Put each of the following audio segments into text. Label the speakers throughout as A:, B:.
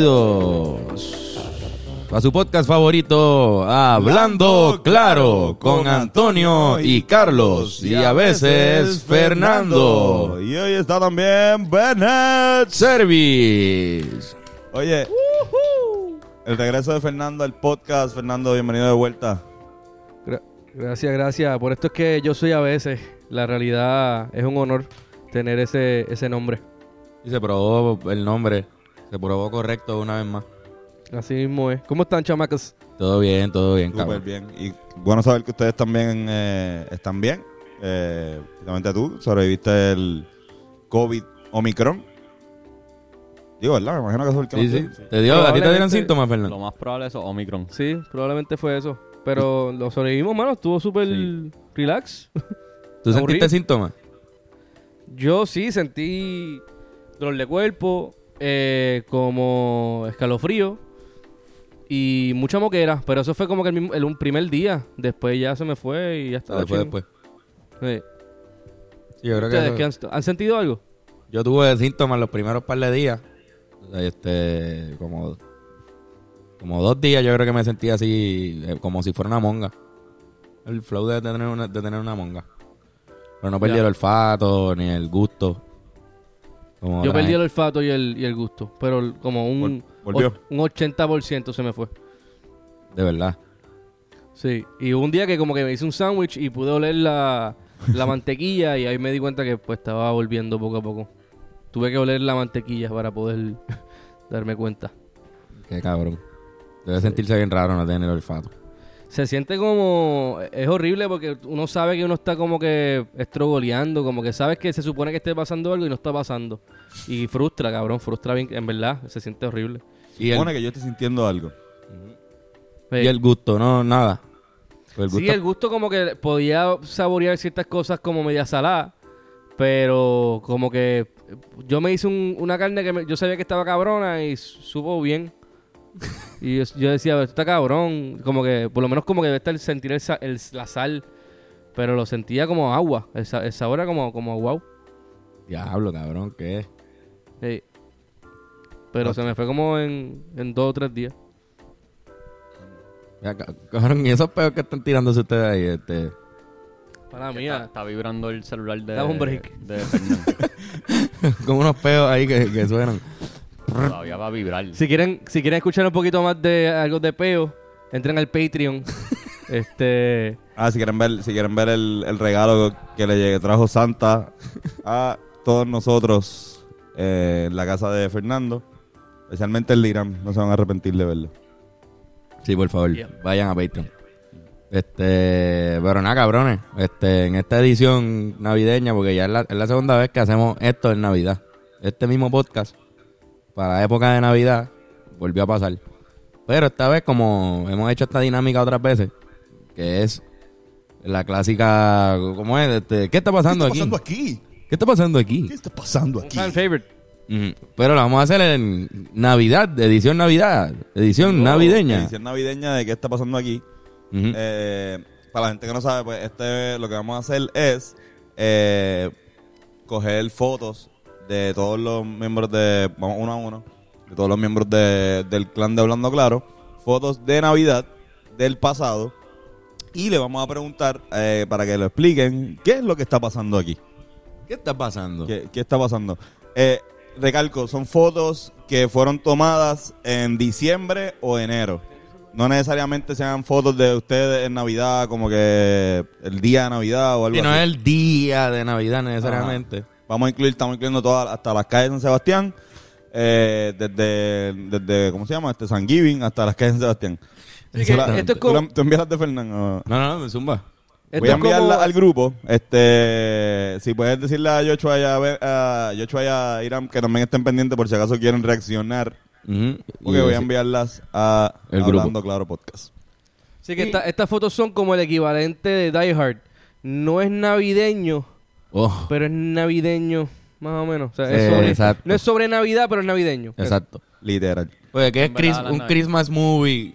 A: Bienvenidos a su podcast favorito, Hablando Claro, con Antonio y Carlos y a veces Fernando.
B: Y hoy está también Bennett.
A: Service.
B: Oye, el regreso de Fernando al podcast. Fernando, bienvenido de vuelta.
C: Gra- gracias, gracias. Por esto es que yo soy a veces. La realidad es un honor tener ese, ese nombre.
A: Y se probó el nombre, se probó correcto una vez más.
C: Así mismo es. ¿Cómo están, chamacas?
A: Todo bien, todo bien,
B: Súper
A: cabrón.
B: bien. Y bueno saber que ustedes también eh, están bien. Eh, Precisamente tú sobreviviste el COVID Omicron. Digo, ¿verdad? Me imagino que es el que
A: Sí,
B: nos
A: sí.
B: dio.
A: ¿Te dio, ¿A ti te dieron
C: Probablemente-
A: síntomas,
D: Lo
A: Fernando?
D: más probable es eso, Omicron.
C: Sí, probablemente fue eso. Pero lo sobrevivimos, mano. Estuvo súper
D: Sí.
C: relax.
A: ¿Tú sentiste
C: aburrido.
A: síntomas?
C: Yo sí sentí dolor de cuerpo, eh, como escalofrío y mucha moquera. Pero eso fue como que el, mismo- el un primer día. Después ya se me fue y ya estaba
A: Después,
C: chill.
A: después.
C: Sí.
A: Sí, yo creo que
C: ¿Ustedes
A: eso-
C: qué han, han sentido algo?
A: Yo tuve síntomas los primeros par de días. O sea, Este, como, como dos días yo creo que me sentía así, eh, como si fuera una monga. El flow de tener una, de tener una monga. Pero no perdí
C: Ya.
A: el olfato ni el gusto. Como
C: Yo
A: otra
C: perdí el
A: gente.
C: olfato y el, y el gusto, pero el- como un,
B: Vol- volvió.
C: o- un 80% se me fue.
A: De verdad.
C: Sí, y hubo un día que como que me hice un sándwich y pude oler la, la mantequilla y ahí me di cuenta que pues estaba volviendo poco a poco. Tuve que oler la mantequilla para poder darme cuenta.
A: Qué cabrón. Debe sentirse bien raro no tener olfato.
C: Se siente como... Es horrible porque uno sabe que uno está como que estrogoleando, como que sabes que se supone que esté pasando algo y no está pasando. Y frustra, cabrón, frustra bien, en verdad, se siente horrible.
A: Y el,
B: Supone que yo estoy sintiendo algo.
A: y el gusto, no, nada. Pues el gusto
C: Sí, el gusto como que podía saborear ciertas cosas como media salada, pero como que yo me hice un- una carne que me- yo sabía que estaba cabrona y su- supo bien. Y yo, yo decía, "Pero esto está cabrón, como que por lo menos como que debe estar sentir el sa- el- la sal, pero lo sentía como agua, el, sa- el sabor era como, como wow.
A: Diablo, cabrón, ¿qué?
C: Sí. Pero se me fue como en, en dos o tres días.
A: Ya, ca- Cabrón, y esos peos que están tirándose ustedes ahí, este.
C: Para mí, ah,
D: Está, está vibrando el celular de.
C: Dame un break.
D: De Fernando.
A: Con unos peos ahí que, que suenan.
D: Todavía va a vibrar.
C: Si quieren, si quieren escuchar un poquito más de algo de peo, entren al Patreon. este.
B: Ah, si quieren ver, si quieren ver el, el regalo que le llegue- trajo Santa a todos nosotros eh, en la casa de Fernando, especialmente el de Irán, no se van a arrepentir de verlo.
A: Sí, por favor,
C: Yeah.
A: vayan a Patreon. Este, pero nada, cabrones. Este, en esta edición navideña, porque ya es la, es la segunda vez que hacemos esto en Navidad. Este mismo podcast, para la época de Navidad, volvió a pasar. Pero esta vez, como hemos hecho esta dinámica otras veces, que es la clásica, ¿cómo es? Este, ¿Qué está pasando, aquí?
B: aquí?
A: ¿Qué está pasando aquí?
B: está pasando
C: Un fan favorite.
A: Ujú. Pero la vamos a hacer en Navidad, edición Navidad, edición navideña.
B: Edición navideña de qué está pasando aquí.
A: Ujú.
B: Eh, para la gente que no sabe, pues este lo que vamos a hacer es eh, coger fotos de todos los miembros de, vamos uno a uno, de todos los miembros de- del clan de Hablando Claro, fotos de Navidad del pasado y le vamos a preguntar eh, para que lo expliquen qué es lo que está pasando aquí.
A: ¿Qué está pasando?
B: ¿Qué, qué está pasando? Eh, recalco, son fotos que fueron tomadas en diciembre o enero. No necesariamente sean fotos de ustedes en Navidad, como que el día de Navidad o algo
A: Si no
B: así.
A: es el día de Navidad necesariamente.
B: Vamos a incluir, estamos incluyendo todas, hasta las calles de San Sebastián, eh, desde, desde, ¿cómo se llama? Este San Giving hasta las calles de San Sebastián.
C: Sí,
B: Tú
C: que
B: la-
C: esto es
B: tú
C: como-
B: la- ¿Tú envías las de Fernando?
A: No, no, no, me zumba.
C: Esto
B: Voy a
C: es como-
B: enviarla al grupo. Este, si puedes decirle a Yochua y a, Be- a, Yochua y a Iram que también estén pendientes por si acaso quieren reaccionar.
A: Ujú.
B: Porque
A: Y
B: voy a
A: ese-
B: enviarlas a
A: El grupo.
B: Hablando Claro Podcast.
C: Sí, que esta- estas fotos son como el equivalente de Die Hard. No es navideño,
A: Oh,
C: pero es navideño, más o menos. O sea, es
A: Sí,
C: sobre-
A: exacto.
C: No es sobre Navidad, pero es navideño.
A: exacto.
B: Literal.
A: Oye, ¿qué es
D: En
A: Chris-
D: verdad, la
A: un
D: Navidad.
A: Christmas movie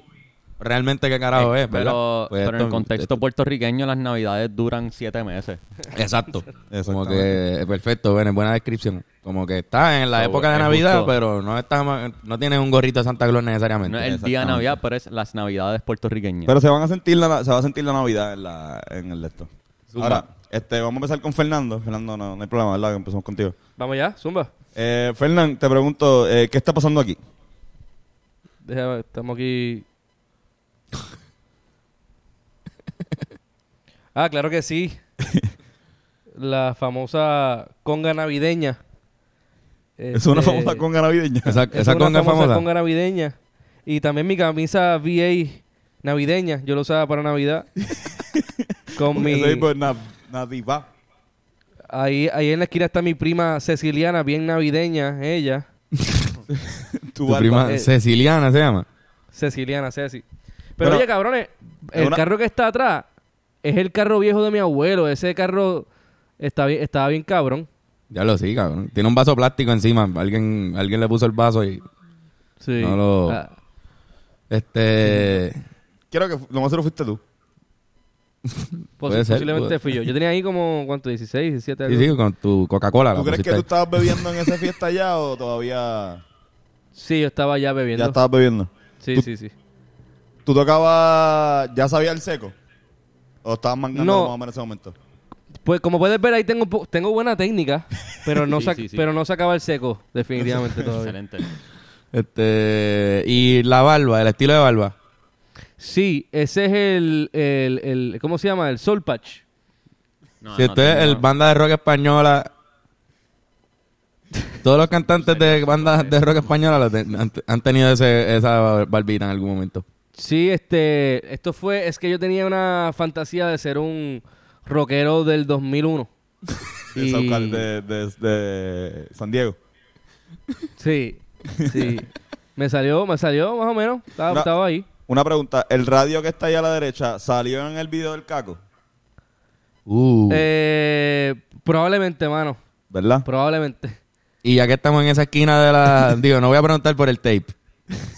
A: realmente qué carajo es, ¿verdad?
D: Pero,
A: Pues
D: pero en
A: esto-
D: el contexto puertorriqueño, las navidades duran siete meses.
A: Exacto. Como
B: Exactamente.
A: que eh, perfecto, bueno, buena descripción. Como que está en la
D: So,
A: época de
D: es
A: Navidad,
D: justo.
A: pero no está, no tiene un gorrito de Santa Claus necesariamente.
D: No eh, es el día de Navidad, pero es las navidades puertorriqueñas.
B: Pero se van a sentir la, se va a sentir la Navidad en, la, en el de esto.
D: Zumba.
B: Ahora, este, vamos a empezar con Fernando. Fernando, no, no hay problema, ¿verdad? Que empezamos contigo.
C: Vamos ya, zumba.
B: Eh, Fernán, te pregunto, eh, ¿qué está pasando aquí?
C: Déjame, estamos aquí. ah, claro que sí. La famosa conga navideña.
B: Es una
C: Este,
B: famosa conga navideña.
A: Esa,
C: es
A: esa
C: una
A: conga es
C: famosa
A: famosa.
C: conga navideña. Y también mi camisa VA navideña. Yo la usaba para Navidad. con mi...
B: Eso es por na- Nadiva.
C: Ahí, ahí en la esquina está mi prima siciliana, bien navideña, ella.
B: Tu
A: Tu
B: barba.
A: prima
C: Eh,
A: Ceciliana se llama.
C: Siciliana, Ceci. Pero
B: Bueno,
C: oye, cabrones, el
B: una-
C: carro que está atrás es el carro viejo de mi abuelo. Ese carro está bien, estaba bien cabrón.
A: Ya lo sí, cabrón. Tiene un vaso plástico encima. Alguien, alguien le puso el vaso y.
C: Sí.
A: No lo-
C: Ah,
A: Este.
B: Quiero que fu- lo más seguro fuiste tú.
C: pos-
A: Puede ser,
C: posiblemente
A: puede-
C: fui yo. Yo tenía ahí como, ¿cuánto? 16, 17
A: Sí,
C: algo.
A: sí, con tu Coca-Cola. la
B: ¿Tú crees
A: pusiste
B: que tú
A: ahí.
B: estabas bebiendo en esa fiesta ya o todavía
C: Sí, yo estaba ya bebiendo.
B: ya estabas bebiendo?
C: Sí,
B: Tú-
C: sí, sí.
B: ¿Tú tocabas, ya sabías el seco? ¿O estabas mangando
C: No.
B: más o menos en ese momento?
C: Pues como puedes ver ahí tengo un po- tengo buena técnica, pero no
D: Sí,
C: sac-
D: sí, sí.
C: pero no sacaba el seco definitivamente todavía.
D: Excelente.
A: Este. Y la barba, el estilo de barba.
C: Sí, ese es el, el, el ¿cómo se llama? El soul patch.
D: No,
A: si
D: no,
A: usted es
D: tengo-
A: el banda de rock española. Todos los cantantes de bandas de rock española lo ten- han, han tenido ese- esa barbita en algún momento.
C: Sí, este, esto fue, es que yo tenía una fantasía de ser un rockero del 2001.
B: De,
C: Y-
B: Saucal- de, de- de San Diego.
C: Sí, sí. Me salió, me salió más o menos, estaba,
B: No.
C: estaba ahí.
B: Una pregunta, ¿el radio que está ahí a la derecha salió en el video del caco?
A: Uh.
C: Eh, probablemente, mano,
B: ¿Verdad?
C: probablemente.
A: Y ya que estamos en esa esquina de la... digo, no voy a preguntar por el tape.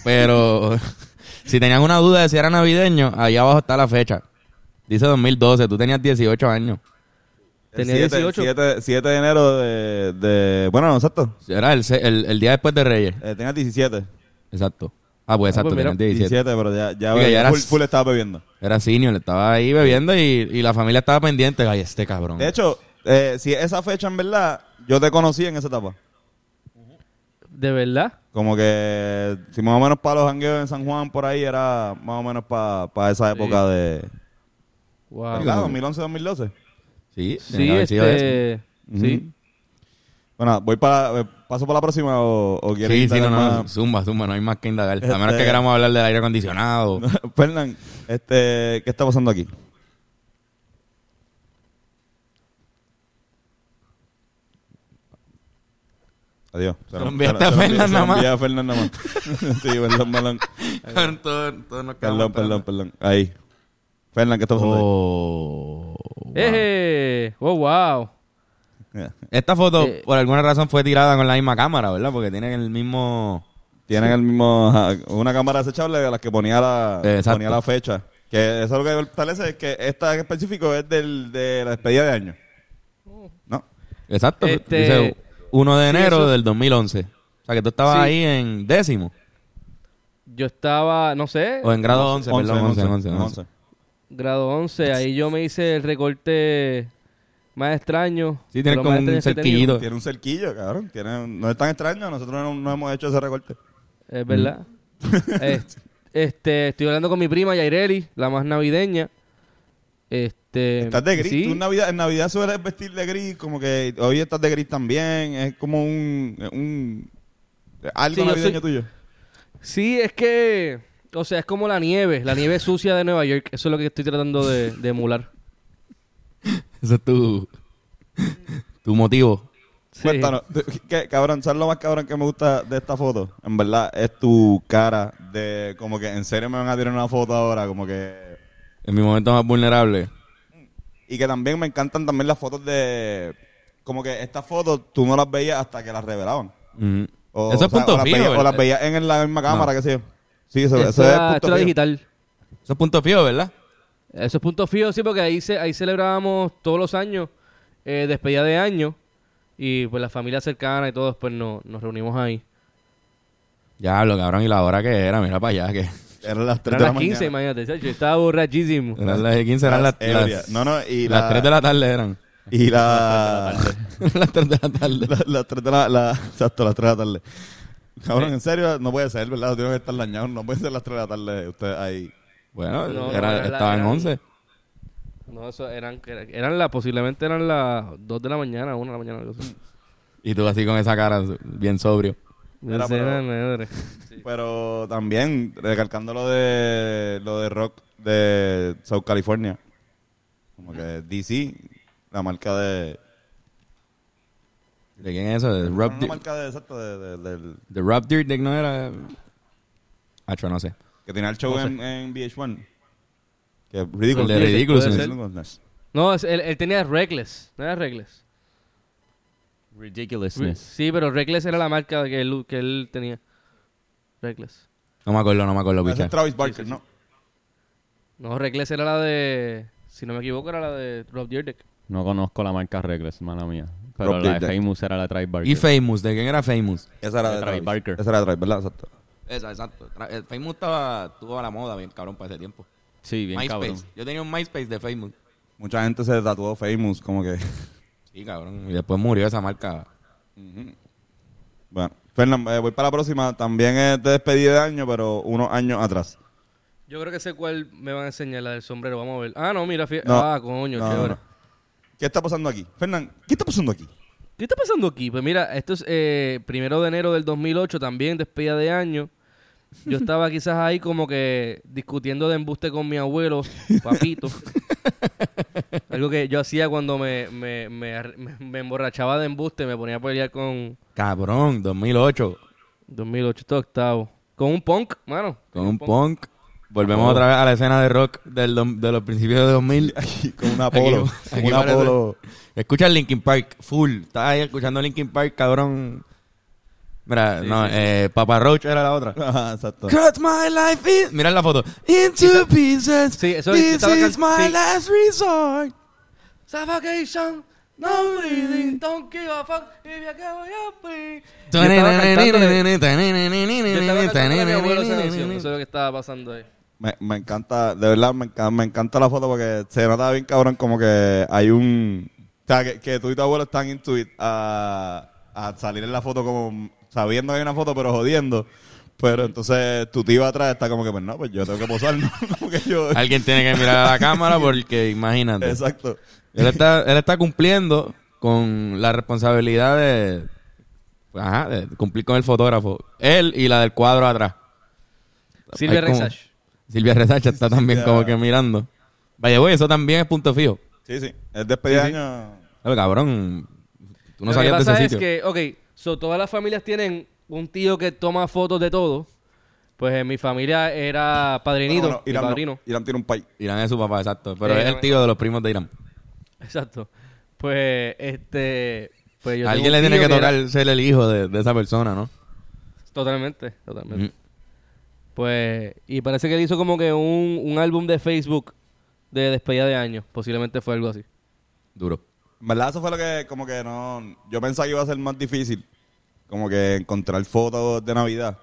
A: Pero si tenían una duda de si era navideño, allá abajo está la fecha. Dice 2012, tú tenías 18 años.
B: El
C: Tenía
B: 7,
C: 18.
B: 7, 7 de enero de, de- Bueno, no, exacto.
A: Era el, se- el, el día después de Reyes.
B: Eh, tenía 17.
A: Exacto. Ah, pues
C: Ah,
A: exacto,
C: pues mira,
A: tenías
B: 17,
A: 17.
B: pero ya, ya,
A: Porque
B: bebía,
A: ya era
B: full,
A: s-
B: full estaba bebiendo.
A: Era senior, estaba ahí bebiendo y, y la familia estaba pendiente. Ay, este cabrón.
B: De hecho, eh, si esa fecha en verdad, yo te conocí en esa etapa.
C: De verdad.
B: Como que, si más o menos para los jangueos en San Juan, por ahí, era más o menos para esa época de...
A: Ah,
C: Wow.
B: ¿Verdad? 2011, 2012.
A: sí, tenía
C: Sí,
A: que haber sido eso.
C: este, sí.
B: Bueno, voy para... eh, ¿Paso para la próxima o, o quieres
A: Sí, sí, no,
B: indagar
A: no,
B: más?
A: zumba, zumba, no hay más que indagar. A menos
B: Este-
A: que queramos hablar del aire acondicionado.
B: Fernán, este, ¿qué está pasando aquí? Adiós.
A: Se lo enviaste a Fernan nada más.
B: Se lo envié a Fernan nada más. sí, perdón, perdón.
A: Todos- todos nos quedamos
B: Perdón, perdón, perdón. Ahí. Fernan, ¿qué está pasando
A: Oh, wow.
C: Eh, Eje, oh, wow.
B: aquí?
A: Esta foto,
C: Eh,
A: por alguna razón, fue tirada con la misma cámara, ¿verdad? Porque tienen el mismo...
B: Tienen el mismo... ajá, Una cámara desechable de las que ponía la,
A: Exacto.
B: ponía la fecha. Que eso lo que establece es que esta en específico es del, de la despedida de año. ¿No?
A: Exacto.
C: Este-
A: Dice 1 de
C: Sí,
A: enero
C: eso-
A: del 2011. O sea, que tú estabas
C: Sí.
A: ahí en décimo.
C: Yo estaba, no sé,
A: O en grado 11, perdón, 11, 11, 11.
C: grado 11, ahí yo me hice el recorte más extraño.
A: Sí, tienes
C: lo
A: como
C: más
A: un
C: extraño que he tenido.
A: cerquillito.
B: Tiene un cerquillo, cabrón. Tiene un- no es tan extraño. Nosotros no, no hemos hecho ese recorte.
C: Es verdad.
B: Mm.
C: Es- este, estoy hablando con mi prima Yaireli, la más navideña. Este,
B: Estás de gris.
C: sí,
B: Tú en Navidad, en Navidad sueles vestir de gris. Como que hoy estás de gris también. Es como un... un algo
C: Sí, yo
B: navideño
C: soy-
B: tuyo.
C: Sí, es que, o sea, es como la nieve, la nieve sucia de Nueva York. Eso es lo que estoy tratando de, de emular.
A: Ese es tu... tu motivo.
C: Sí.
B: Cuéntanos. tú- ¿qué, cabrón, ¿sabes lo más cabrón que me gusta de esta foto? En verdad, es tu cara de... Como que en serio me van a tirar una foto ahora. Como que...
A: En mi momento más vulnerable.
B: Y que también me encantan también las fotos de... Como que estas fotos tú no las veías hasta que las revelaban.
A: Mm. Eso
B: O, o
A: es
B: sea,
A: punto
B: o las
A: fijo. eh.
B: veía- o
A: ¿verdad?
B: las veía en la misma cámara, qué sé yo. Sí, eso,
C: Esto
B: eso es
C: era-
B: punto
C: esto era
B: fijo.
C: digital.
A: Eso es punto fijo, ¿verdad?
C: Eso es punto fijo, sí, porque ahí, se, ahí celebrábamos todos los años eh, despedida de año y pues la familia cercana y todos pues no, nos reunimos ahí.
A: Ya, lo cabrón, y la hora que era, mira para allá, que
B: Eran las 3 de
C: Eran
B: la
C: las 15,
B: mañana. Eh,
C: imagínate, chacho, yo estaba borrachísimo.
A: eran las 15, eran las,
B: ebrias.
A: las,
B: No, no, y
A: las
B: la-
A: 3 de la tarde eran.
B: Y la...
A: las 3 de la tarde.
B: la- Las 3 de la... la- Exacto, las 3 de la tarde. Cabrón, en serio, no puede ser, ¿verdad? Tienen que estar dañados. No pueden ser las 3 de la tarde ustedes ahí.
A: Bueno,
C: No, no,
A: era-
C: era la-
A: estaban
C: eran-
A: 11.
C: No, eso eran, eran la, posiblemente eran las 2 de la mañana, 1 de la mañana. algo así.
A: Y tú así con esa cara, bien sobrio.
B: Era,
C: Esa
B: pero-
C: era madre.
B: Pero también, recalcando lo de lo de rock de South California. Como que DC, la marca de.
A: ¿De quién es eso? ¿De Rob,
B: Una
A: Di-
B: marca de exacto de, de- del-
A: de Rob Dyrdek, no era? Hacho, no sé.
B: que tenía el show
C: No sé.
B: en, en VH1. Que es ridículo.
A: El de Ridiculous.
C: puede
A: ¿no?
C: No, es- él, él tenía Reckless, no era Reckless. Re-
D: Ridiculousness.
C: Sí, pero Reckless era la marca que él, que él tenía. Reckless.
A: No me acuerdo, no me acuerdo,
B: Ese
A: picha.
B: es Travis Barker, ¿no?
C: No, Reckless era la de, si no me equivoco, era la de Rob Dyrdek.
D: No conozco la marca Reckless, mala mía. Pero
B: Rob
D: la de
B: Dyrdek.
D: Famous era la de Travis Barker.
A: Y Famous, ¿de quién era Famous?
B: Esa era
D: De
B: de
D: Travis
B: Travis.
D: Barker.
B: Esa era de Travis, ¿verdad? Exacto.
A: Esa, exacto. Tra- eh, Famous estaba, estuvo a la moda, bien cabrón, para ese tiempo.
D: sí, bien
A: MySpace.
D: cabrón.
A: Yo tenía un MySpace de Famous.
B: Mucha gente se tatuó Famous, como que.
A: Sí, cabrón. Y después murió esa marca.
B: Bueno, Fernán, eh, voy para la próxima. También es de despedida de año, pero unos años atrás.
C: Yo creo que sé cuál me van a enseñar, la del sombrero, vamos a ver. Ah, no, mira, fíjate.
B: No.
C: Ah, coño,
B: No, no,
C: chévere.
B: no. ¿Qué está pasando aquí? Fernán, ¿qué está pasando aquí?
C: ¿Qué está pasando aquí? Pues mira, esto es eh, primero de enero del 2008, también despedida de año. Yo estaba quizás ahí como que discutiendo de embuste con mi abuelo, papito. Algo que yo hacía cuando me, me, me ar- me- me emborrachaba de embuste, me ponía a pelear con
A: Cabrón, 2008.
C: 2008, esto es octavo. Con un punk, mano.
A: Con un punk. Volvemos otra vez a la escena de rock del dom- de los principios de 2000.
B: Aquí, con un Apolo.
A: Aquí-
B: con
A: aquí
B: un
A: parece-
B: Apolo.
A: Escucha Linkin Park, full. Estaba ahí escuchando Linkin Park, cabrón. Mira, no, eh, Papa Roach era la otra.
B: Ajá, exacto.
A: Cut my life in... Mira la foto. Into pieces.
C: Sí, eso-
A: This
C: estaba can-
A: is my
C: sí.
A: last resort.
C: Suffocation, no breathing, don't give a fuck, if you can, you'll be. Yo estaba cantándole- yo estaba cantándole a mi abuelo esa canción, Eso es lo que estaba pasando ahí.
B: Me, me encanta, de verdad, me encanta, me encanta la foto porque se nota bien cabrón como que hay un... O sea, que, que tú y tu abuelo están en tweet a, a salir en la foto como sabiendo que hay una foto pero jodiendo. Pero entonces tu tío atrás está como que, pues no, pues yo tengo que posar, ¿no? Como que yo...
A: Alguien tiene que mirar a la cámara porque imagínate.
B: Exacto.
A: Él está, él está cumpliendo con la responsabilidad de, pues, ajá, de cumplir con el fotógrafo. Él y la del cuadro atrás.
C: Silvia
A: Hay como-
C: Reisach.
A: Silvia Resacha está también
B: Ya.
A: como que mirando. Vaya, güey, eso también es punto fijo.
B: Sí, sí. Es despedida de año...
A: Pero cabrón, tú no
C: Lo que
A: sabías de
C: pasa
A: ese
C: es
A: sitio.
C: que, ok, so, todas las familias tienen un tío que toma fotos de todo. Pues en mi familia era padrinito
B: Bueno, bueno,
C: y
B: Irán no.
C: padrino.
B: Irán tiene un país.
A: Irán es su papá, exacto. Pero
C: Sí,
A: es el
C: también.
A: tío de los primos de Irán.
C: Exacto. Pues, este... Pues yo
A: Alguien
C: tengo
A: le
C: un
A: tiene que
C: tío
A: tocar
C: era-
A: ser el hijo de, de esa persona, ¿no?
C: Totalmente, totalmente.
A: Ujú.
C: Pues, y parece que él hizo como que un, un álbum de Facebook de despedida de año. Posiblemente fue algo así.
A: Duro.
B: En verdad, eso fue lo que, como que no. Yo pensaba que iba a ser más difícil, como que encontrar fotos de Navidad.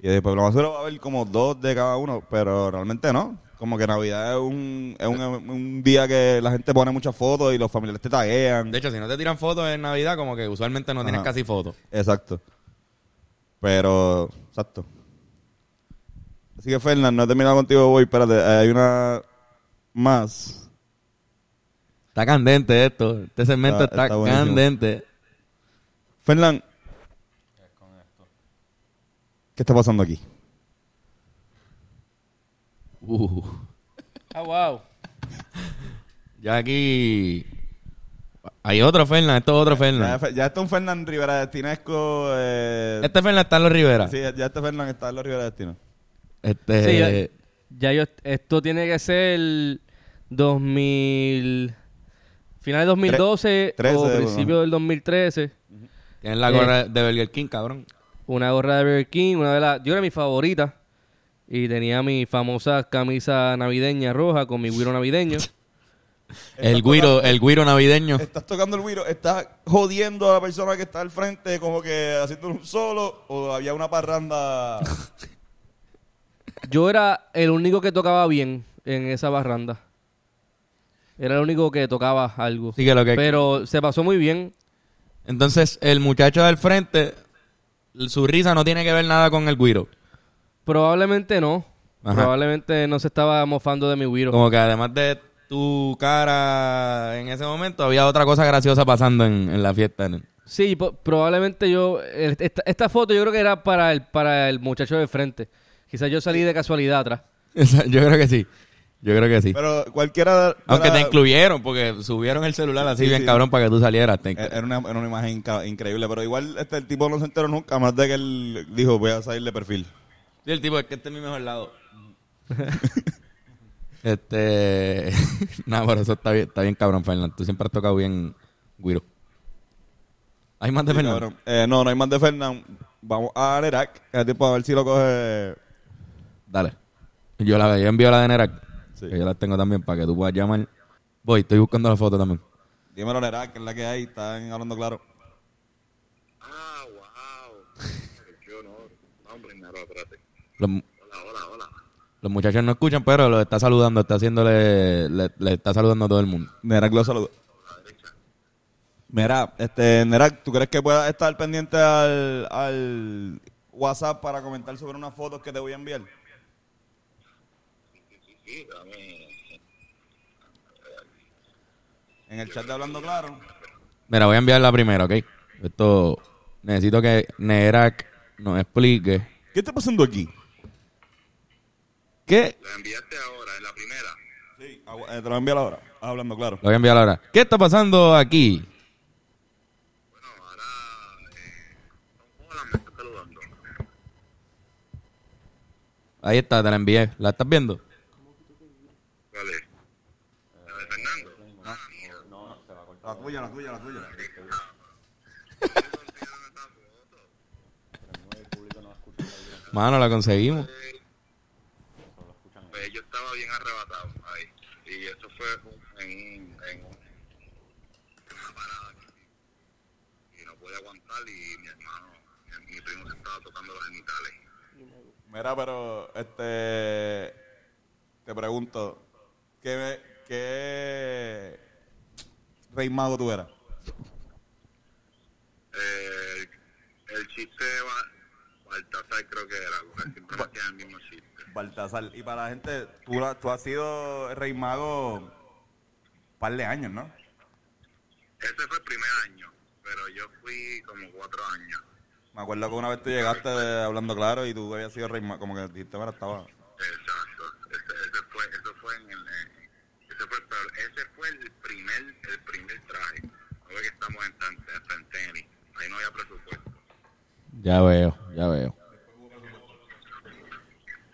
B: Y después, lo más seguro va a haber como dos de cada uno, pero realmente no. Como que Navidad es un, es un, un día que la gente pone muchas fotos y los familiares te taguean.
A: De hecho, si no te tiran fotos en Navidad, como que usualmente no tienes
B: Ajá.
A: casi fotos.
B: Exacto. Pero, exacto. Así que, Fernan, no he terminado contigo hoy. Espérate, hay una más.
A: Está candente esto. Este segmento
B: Está-
A: está,
B: está buenísimo.
A: candente.
B: Fernan. ¿Qué está pasando aquí?
A: Uh,
C: Ah, wow.
A: ya aquí. Hay otro Fernan, esto es otro Fernan.
B: Ya, ya está un Fernán Rivera Destinesco. Eh,
A: Este Fernan está en los Rivera.
B: sí, ya este Fernán está en los Rivera Destino.
A: Este.
C: Sí, ya, ya yo, esto tiene que ser 2000, final de 2012
B: Tre-
C: o
B: 13,
C: principio
B: bueno.
C: del 2013.
A: Tiene
C: Eh.
A: la gorra de Burger King, cabrón.
C: Una gorra de Burger King, una de las, yo era mi favorita. Y tenía mi famosa camisa navideña roja con mi güiro navideño.
A: El guiro, el guiro navideño.
B: Estás tocando el virus, estás jodiendo a la persona que está al frente, como que haciendo un solo, o había una parranda.
C: Yo era el único que tocaba bien en esa barranda. Era el único que tocaba algo.
A: Así que lo que-
C: Pero se pasó muy bien.
A: Entonces, el muchacho del frente, su risa no tiene que ver nada con el guiro.
C: Probablemente no.
A: Ajá.
C: Probablemente no se estaba mofando de mi güiro.
A: Como que además de tu cara en ese momento, había otra cosa graciosa pasando en, en la fiesta. ¿no?
C: Sí, po- probablemente yo... el- Esta, esta foto yo creo que era para el, para el muchacho de frente. Quizás yo salí de casualidad atrás.
A: Esa- Yo creo que sí. Yo creo que sí.
B: Pero cualquiera.
A: Aunque
B: era-
A: te incluyeron, porque subieron el celular así
B: Sí,
A: bien
B: sí.
A: cabrón para que tú salieras. Te-
B: Era una, era una imagen inca- increíble, pero igual este, el tipo no se enteró nunca, a más de que él dijo, voy a salir de perfil.
A: Sí, el tipo es que este es mi mejor lado. este. Nada, pero eso está bien, está bien cabrón, Fernando. Tú siempre has tocado bien, Guiro. Hay más de
B: Sí,
A: Fernando.
B: cabrón. Eh, no, no hay más de Fernán. Vamos a Nerac, el tipo a ver si lo coge.
A: Dale. Yo la yo envío la de Nerac.
B: Sí.
A: Que yo la tengo también para que tú puedas llamar. Voy, estoy buscando la foto también.
B: Dímelo, Nerac, que es la que hay, están hablando claro.
E: Ah, wow. Yo no. No, hombre, nada, espérate.
A: Los,
E: Hola, hola, hola.
A: los muchachos no escuchan, pero lo está saludando, está haciéndole, le, le está saludando a todo el mundo.
B: Nerac lo saludo. Mira, este, Nerac, ¿tú crees que puedas estar pendiente al, al WhatsApp para comentar sobre unas fotos que te voy a enviar?
E: Sí, dame.
B: En el chat de Hablando Claro.
A: Mira, voy a enviar la primera, ¿ok? Esto necesito que Nerac nos explique.
B: ¿Qué está pasando aquí? ¿Qué?
E: La enviaste ahora, en la primera.
B: Sí, agu- eh, te lo voy a enviar ahora. Hablando Claro.
A: Lo voy a enviar ahora. ¿Qué está pasando aquí?
E: Bueno, ahora. Eh, ¿Cómo la me estás saludando?
A: Ahí está, te la envié. ¿La estás viendo?
E: ¿Cuál es? ¿La de Fernando?
B: La tuya, la tuya, la tuya.
A: Mano, la conseguimos.
E: Pues yo estaba bien arrebatado ahí. Y eso fue un- en, un- en un- en una parada. Y no pude aguantar y mi hermano, mi, mi primo se estaba tocando los genitales.
B: Mira, pero este te pregunto, ¿qué, me- qué rey mago tú eras?
E: Eh, el chiste de Ba- Baltasar creo que era, porque siempre me hacían el mismo chiste.
B: Baltasar. Y para la gente, tú, la- tú has sido rey mago un par de años, ¿no?
E: Ese Este fue el primer año, pero yo fui como cuatro años.
B: Me acuerdo que una vez tú llegaste de- hablando claro y tú habías sido rey mago, como que dijiste, mira, estaba...
E: Exacto. Ese, ese fue, eso fue en el, eh, ese fue, pero ese fue el primer, el primer traje. Ahora que estamos en San- en Santeni, ahí no había presupuesto.
A: Ya veo, ya veo.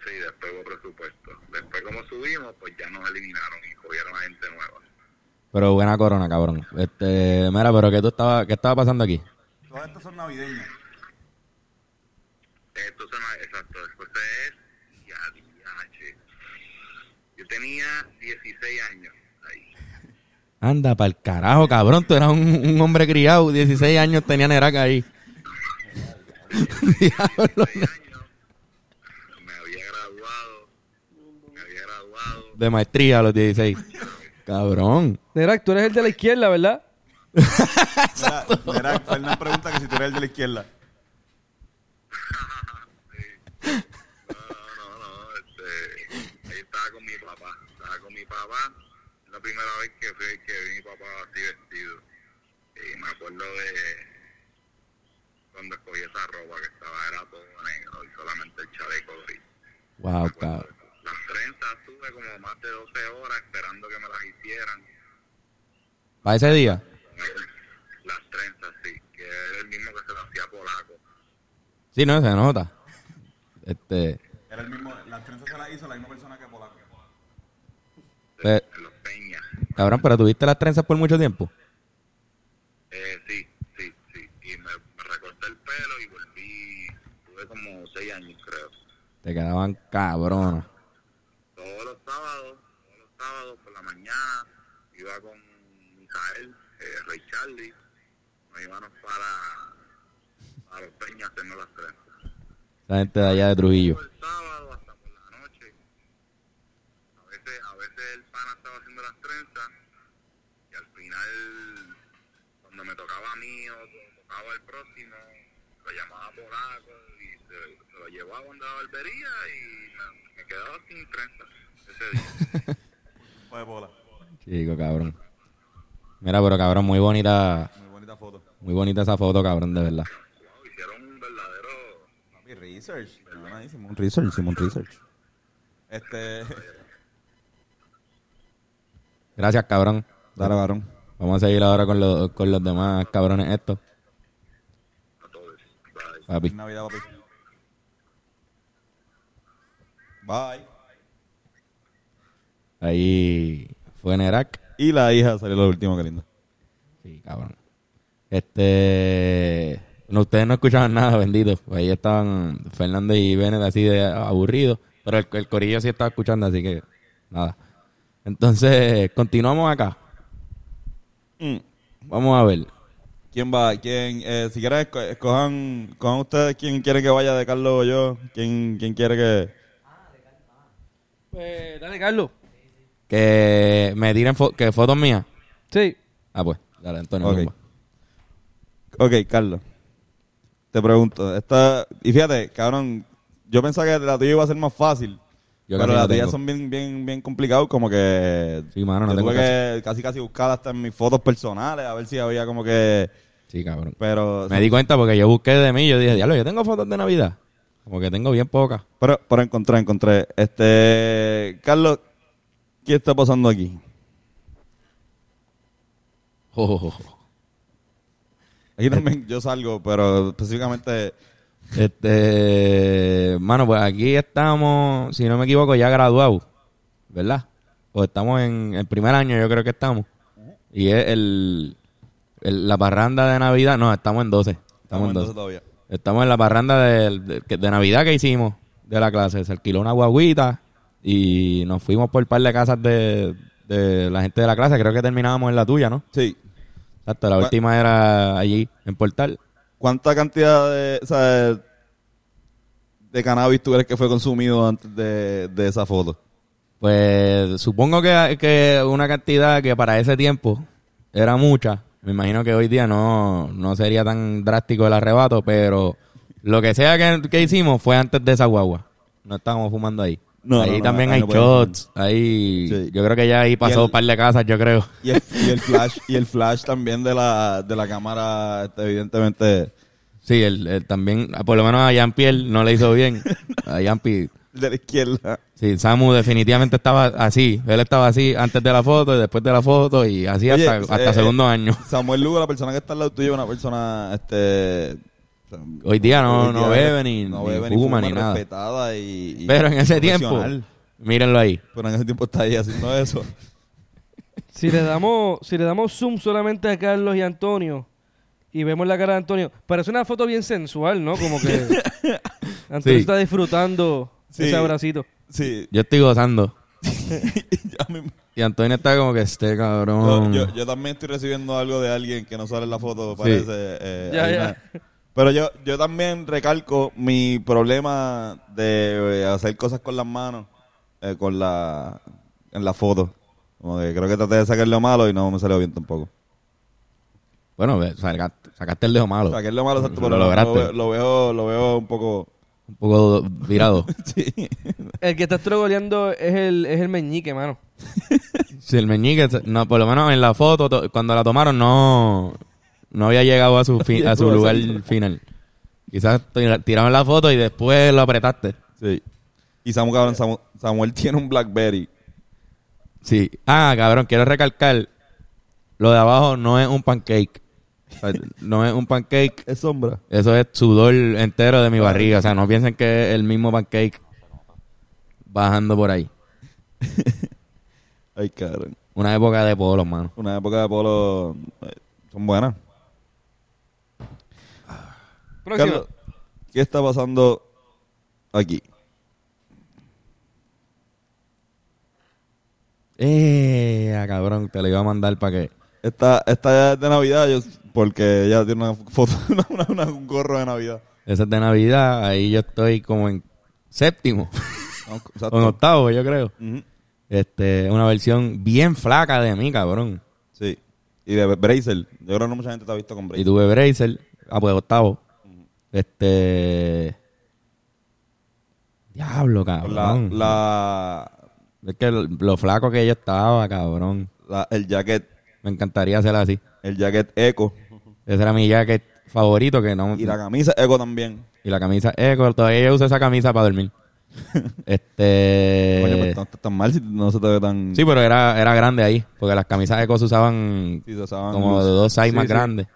E: Sí, después hubo presupuesto. Después como subimos, pues ya nos eliminaron y cogieron a gente nueva.
A: Pero buena corona, cabrón. Este, mira, pero ¿qué, tú estaba, ¿qué estaba pasando aquí?
B: Todas estas son navideñas.
E: Esto son, exacto, después es ya, diache. Yo tenía 16 años ahí.
A: Anda, pa'l carajo, cabrón. Tú eras un, un hombre criado. 16 años tenía Nerac ahí. Diablo.
E: 16 años, me había graduado, me había graduado.
A: De maestría a los 16. Cabrón.
C: Nerac, tú eres el de la izquierda, ¿verdad?
B: Mira, mira, Fernán pregunta que si tú eres el de la izquierda.
E: No, no, no, este, ahí estaba con mi papá, estaba con mi papá. La primera vez que fui, que vi a mi papá así vestido. Y me acuerdo de cuando escogí esa ropa que estaba, era todo negro y solamente el chaleco gris.
A: Wow, cabrón.
E: Las trenzas tuve como más de 12 horas esperando que me las hicieran.
A: Para ese día.
E: Las trenzas, sí, que era el mismo que se las hacía polaco.
A: Sí, no, se nota. Este,
B: Era el mismo, las trenzas se las hizo la misma persona que Polaco.
A: Eh.
E: En los peñas.
A: cabrón, pero tuviste las trenzas por mucho tiempo.
E: Eh, sí, sí, sí. Y me, me recorté el pelo y volví. Tuve como 6 años, creo.
A: Te quedaban cabronas.
E: todos los sábados, todos los sábados por la mañana, iba con Misael, eh, Rey Charlie, nos íbamos para, para los peñas a hacernos las tres.
A: Esa gente de allá de Trujillo.
E: Todo el sábado hasta por la noche. A veces, a veces el pana estaba haciendo las trenzas y al final, cuando me tocaba a mí o to- tocaba al próximo, lo llamaba polaco y se, se lo llevaba a la barbería y me, me quedaba sin trenza ese día.
B: Fue de bola.
A: Chico, cabrón. Mira, pero cabrón, muy bonita.
B: Muy bonita foto.
A: Muy bonita esa foto, cabrón, de verdad.
E: Wow, hicieron un verdadero.
B: Papi, research. Perdona, hicimos un research, hicimos un research. Este.
A: Gracias, cabrón.
B: Dale, varón.
A: Vamos a seguir ahora con los, con los demás cabrones estos. Papi.
B: Feliz Navidad, papi. Bye.
A: Ahí fue Nerac.
B: Y la hija salió lo último, qué lindo.
A: Sí, cabrón. Este. No, ustedes no escuchaban nada, bendito. Ahí estaban Fernández y Bennett así de aburridos. Pero el, el corillo sí estaba escuchando, así que nada. Entonces, continuamos acá.
B: Mm.
A: Vamos a ver.
B: ¿Quién va? ¿Quién? Eh, si quieren, esco- escojan, escojan ustedes quién quiere que vaya de Carlos o yo. ¿Quién, quién quiere que.?
C: Pues, dale, Carlos.
A: Que me tiren fo- que fotos mías.
C: Sí.
A: Ah, pues. Dale, Antonio.
B: Ok.
A: zumba.
B: Ok, Carlos. Te pregunto. Esta... Y fíjate, cabrón. Yo pensaba que la tuya iba a ser más fácil.
A: Yo
B: pero
A: casi
B: las
A: no
B: tuyas
A: tengo.
B: son bien, bien, bien complicados. Como que.
A: Sí, mano, no
B: yo
A: tengo
B: tuve que casi, casi buscar hasta en mis fotos personales. A ver si había como que.
A: Sí, cabrón.
B: Pero.
A: Me di cuenta porque yo busqué de mí. Yo dije, diablo, yo tengo fotos de Navidad. Como que tengo bien pocas.
B: Pero, pero encontré, encontré. Este. Carlos, ¿qué está pasando aquí?
A: Oh. Eh.
B: Aquí también yo salgo, pero específicamente.
A: Este, mano, pues aquí estamos, si no me equivoco, ya graduados, ¿verdad? O estamos en el primer año, yo creo que estamos. Y es el, el- la parranda de Navidad, no, estamos en 12. Estamos, en 12.
B: todavía.
A: Estamos en la parranda del- de, que- de Navidad que hicimos de la clase. Se alquiló una guaguita y nos fuimos por un par de casas de, de la gente de la clase. Creo que terminábamos en la tuya, ¿no?
B: Sí.
A: Exacto, la
B: Cu-
A: última era allí, en Portal.
B: ¿Cuánta cantidad de, o sea, de, de cannabis tú crees que fue consumido antes de, de esa foto?
A: Pues supongo que, que una cantidad que para ese tiempo era mucha. Me imagino que hoy día no, no sería tan drástico el arrebato, pero lo que sea que, que hicimos fue antes de esa guagua. No estábamos fumando ahí.
B: No,
A: ahí
B: no, no,
A: también
B: ahí
A: hay
B: no podemos
A: shots. Ahí,
B: Sí.
A: Yo creo que ya ahí
B: Y
A: pasó
B: el-
A: un par de casas, yo creo.
B: Y el, y el flash y el flash también de la, de la cámara, este, evidentemente.
A: Sí, él, él también, por lo menos a Jean Pierre no le hizo bien. A Jean Pierre.
B: De la izquierda.
A: Sí, Samu definitivamente estaba así. Él estaba así antes de la foto y después de la foto y así
B: Oye,
A: hasta, hasta
B: eh,
A: segundo
B: eh,
A: año.
B: Samuel Lugo, la persona que está al lado tuyo, es una persona, este...
A: Hoy día no,
B: hoy
A: no
B: día
A: bebe ni,
B: no
A: ni
B: bebe
A: fuma ni nada.
B: respetada y, y
A: Pero en ese tiempo,
B: profesional.
A: mírenlo ahí.
B: Pero en ese tiempo está ahí haciendo eso.
C: Si le damos, si le damos zoom solamente a Carlos y a Antonio y vemos la cara de Antonio, parece una foto bien sensual, ¿no? Como que Antonio
A: Sí.
C: está disfrutando
B: Sí.
C: ese abracito.
B: Sí.
A: Yo estoy gozando.
B: ya me-
A: Y Antonio está como que este
B: Yo,
A: cabrón.
B: yo, yo también estoy recibiendo algo de alguien que no sale en la foto, parece. eh,
C: Ya,
B: hay
C: ya.
B: una- Pero yo, yo también recalco mi problema de eh, hacer cosas con las manos eh, con la, en la foto. Como que creo que traté de sacar lo malo y no me salió bien tampoco.
A: Bueno, ve, saca- sacaste el dedo malo.
B: Saqué lo malo, exacto,
A: Lo
B: pero lo,
A: lograste.
B: veo- lo veo, lo veo un poco...
A: Un poco virado.
C: El que está estrogoleando es el, es el meñique, mano.
A: si el meñique, se- no, por lo menos en la foto, to- cuando la tomaron, no, no había llegado a su, fi- a su
B: Llegó,
A: lugar
B: exacto.
A: final. Quizás tira- tiraron la foto y después lo apretaste.
B: Sí. Y Samu, cabrón, Samu- Samuel tiene un Blackberry.
A: Sí. Ah, cabrón, quiero recalcar. Lo de abajo no es un pancake. O sea, no es un pancake.
B: Es sombra.
A: Eso es sudor entero de mi barriga. O sea, no piensen que es el mismo pancake bajando por ahí.
B: Ay, cabrón.
A: Una época de polos, mano.
B: Una época de polo... eh, Son buenas.
C: Próximo.
B: Carlos, ¿qué está pasando aquí?
A: Eh, ah, cabrón, te lo iba a mandar para que.
B: Esta, esta es de Navidad, yo, porque ella tiene una foto, una, una- una- un gorro de Navidad.
A: Esa es de Navidad, ahí yo estoy como en séptimo
B: No,
A: o en
B: exacto.
A: octavo, yo creo.
B: Ujú.
A: Este, una versión bien flaca de mí, cabrón.
B: Sí. Y de Brazel. Yo creo que no mucha gente te ha visto con
A: Y
B: Brazel.
A: tuve Bracer, ah, pues octavo. Este. Diablo,
B: La,
A: cabrón.
B: la,
A: Es que lo lo flaco que yo estaba, cabrón.
B: la- el jacket,
A: Me encantaría hacerla así.
B: el jacket eco.
A: Ese era mi jacket favorito que no.
B: Y la camisa eco también.
A: camisa Eco, todavía yo uso esa camisa para dormir. este.
B: Coño, pues no está tan mal si no se te ve tan...
A: Sí, pero era, era grande ahí, porque las camisas Eco se usaban
B: si se usaban
A: como
B: luz.
A: de dos size
C: Sí,
A: más
C: sí.
A: grandes.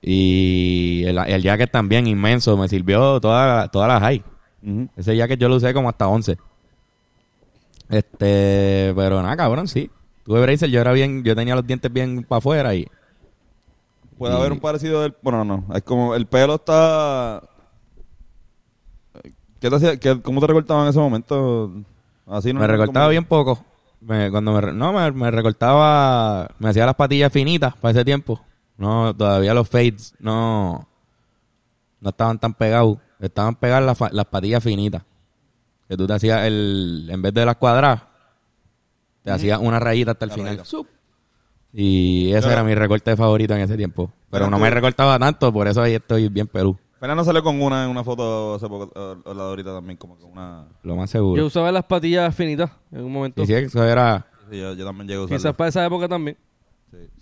A: Y el, el jacket también inmenso, me sirvió toda, todas las high.
B: Ujú.
A: Ese jacket yo lo usé como hasta 11. Este, pero nada, cabrón, sí. Tuve bracer, yo era bien, yo tenía los dientes bien para afuera y
B: Puede
A: Y-
B: haber un parecido del... Bueno, no, es como el pelo está... ¿Qué te hacía? qué- ¿Cómo te recortaban en ese momento? Así no
A: me recortaba
B: como-
A: bien poco. Me- cuando me, re- no, me, me recortaba, me hacía las patillas finitas para ese tiempo. No, todavía los fades no, no estaban tan pegados. Estaban pegadas las, fa- las patillas finitas. Que tú te hacías el, en vez de las cuadradas, te hacías una rayita hasta el
B: La
A: final.
B: rayita.
A: Sup. Y ese
B: Claro.
A: era mi recorte favorito en ese tiempo. Pero
B: Pero
A: no
B: tú-
A: me recortaba tanto, por eso ahí estoy bien pelú.
B: Fena no salió con una en una foto hace poco, eh, o- o la de ahorita también, como que una...
A: Lo más
C: Yo
A: seguro.
C: usaba las patillas finitas en un momento.
A: Y sí, eso era
B: Sí, yo, yo también llego a
C: Quizás
B: usarla.
C: para esa época también.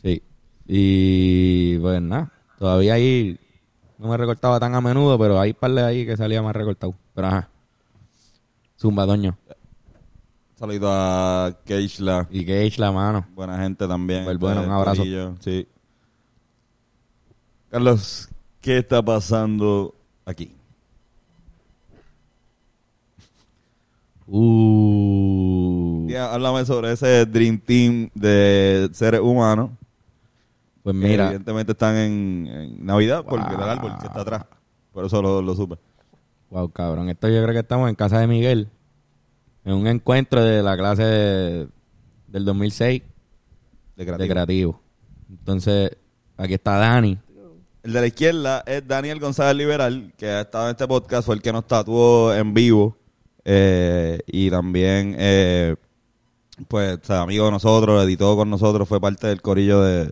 A: Sí. Y pues nada, todavía ahí no me recortaba tan a menudo, pero hay par de ahí que salía más recortado. Pero ajá. Zumba, Doño.
B: Saludito a Keishla,
A: Y Gage la mano.
B: buena gente también.
A: Súper bueno,
B: de
A: un abrazo.
B: Corillo, Sí. Carlos, ¿qué está pasando aquí?
A: Uh.
B: Ya, háblame sobre ese Dream Team de seres humanos.
A: Pues
B: que
A: mira,
B: Evidentemente están en, en Navidad porque
A: Wow.
B: el árbol que está atrás. Por eso lo, lo supe.
A: wow, cabrón. Esto yo creo que estamos en casa de Miguel. En un encuentro de la clase de- del 2006 de
B: De creativo.
A: creativo. Entonces, aquí está Dani.
B: El de la izquierda es Daniel González Liberal, que ha estado en este podcast, fue el que nos tatuó en vivo. eh, y también, eh, pues, o sea, amigo de nosotros, editó con nosotros, fue parte del corillo de,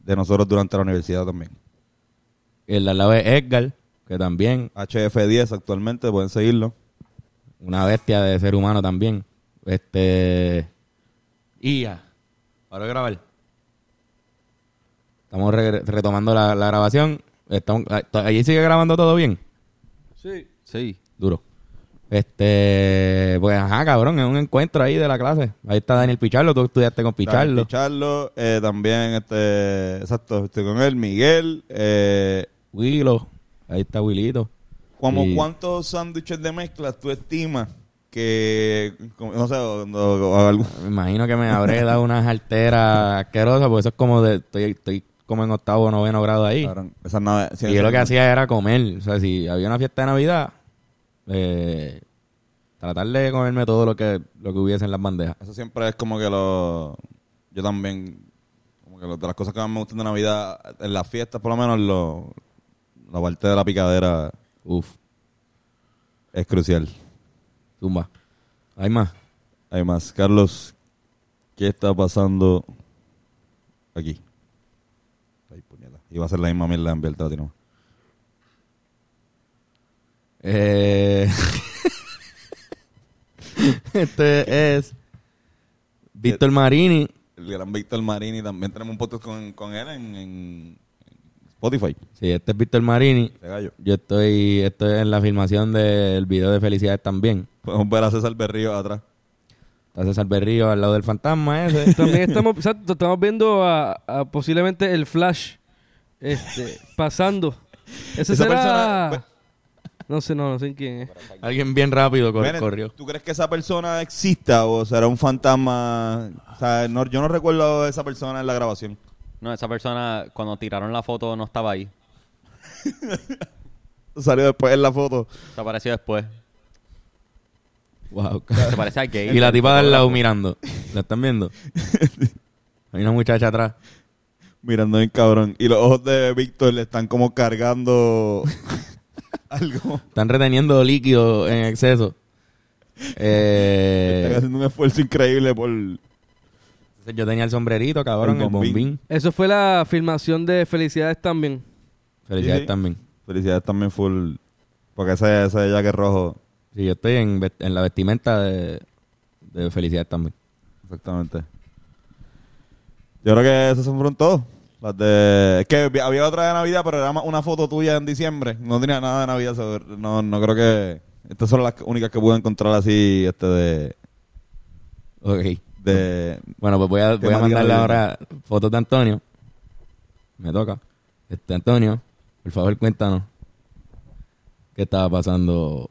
B: de nosotros durante la universidad también.
A: El de al lado es Edgar, que también
B: HF10 actualmente, pueden seguirlo.
A: una bestia de ser humano también. Este. Ia. Ahora grabar. Estamos re- retomando la, la grabación. Estamos, ah, to- allí sigue grabando todo bien.
C: Sí.
D: Sí.
A: Duro. Este. Pues ajá, cabrón, es un encuentro ahí de la clase. Ahí está Daniel Picharlo, tú estudiaste con Picharlo.
B: Daniel Picharlo, eh, también, este, exacto, estoy con él, Miguel. Eh,
A: Willo. Ahí está Wilito.
B: Como
A: Y-
B: ¿Cuántos sándwiches de mezcla tú estimas que, como- no sé, o- o- o algún-
A: Me imagino que me habré dado unas alteras asquerosas, porque eso es como de. Estoy, estoy como en octavo o noveno grado ahí.
B: Cabrón, esas naves- sí,
A: y yo
B: esas
A: lo que
B: naves.
A: hacía era comer. O sea, si había una fiesta de Navidad, eh, tratar de comerme todo lo que, lo que hubiese en las bandejas.
B: Eso siempre es como que lo. Yo también. Como que lo- de las cosas que más me gustan de Navidad, en las fiestas por lo menos, lo, la parte de la picadera
A: Uf,
B: es crucial.
A: zumba. Hay más.
B: Hay más. Carlos, ¿qué está pasando aquí? Ay, puñeta. Iba a ser la misma mierda en Bielta Latino.
A: Eh, este es Víctor Marini.
B: El gran Víctor Marini también tenemos un podcast con, con él en, en Spotify.
A: Sí, este es Víctor Marini.
B: Ese gallo.
A: Yo estoy, estoy en la filmación del video de Felicidades también.
B: Podemos ver a César Berrío atrás.
A: Está César Berrío al lado del fantasma ese.
C: También estamos, exacto, estamos viendo a, a posiblemente el Flash este, pasando. Ese
B: Esa
C: será...
B: persona-
C: No sé, no, no sé quién es.
A: Alguien bien rápido cor-
B: Bennett,
A: corrió.
B: ¿Tú crees que esa persona exista o será un fantasma? O sea, no- yo no recuerdo a esa persona en la grabación.
D: No, esa persona, cuando tiraron la foto, no estaba ahí.
B: Salió después en la foto.
D: Se apareció después.
A: Wow.
D: Se parece a Gay.
A: Y la tipa de al lado mirando. ¿La están viendo? Hay una muchacha atrás.
B: Mirando bien cabrón. Y los ojos de Víctor le están como cargando algo.
A: Están reteniendo líquido en exceso.
B: Están
A: Eh,
B: haciendo un esfuerzo increíble por...
A: yo tenía el sombrerito, cabrón,
B: El
A: el bombín.
B: bombín.
C: Eso fue la filmación de Felicidades también.
A: Felicidades
B: Sí, sí.
A: también.
B: Felicidades también full. Porque ese, ese jacket rojo...
A: Sí, yo estoy en, vest- en la vestimenta de, de felicidades también.
B: Exactamente. Yo creo que esas son fueron todos. Las de... Es que vi- había otra de Navidad, pero era más una foto tuya en diciembre. No tenía nada de Navidad. so, No, no creo que... Estas son las únicas que pude encontrar así, este, de...
A: Ok.
B: de
A: Bueno, pues voy a,
B: ¿Qué
A: voy a
B: más
A: mandarle
B: tiene la
A: ahora fotos de Antonio. Me toca. Este Antonio, por favor, cuéntanos qué estaba pasando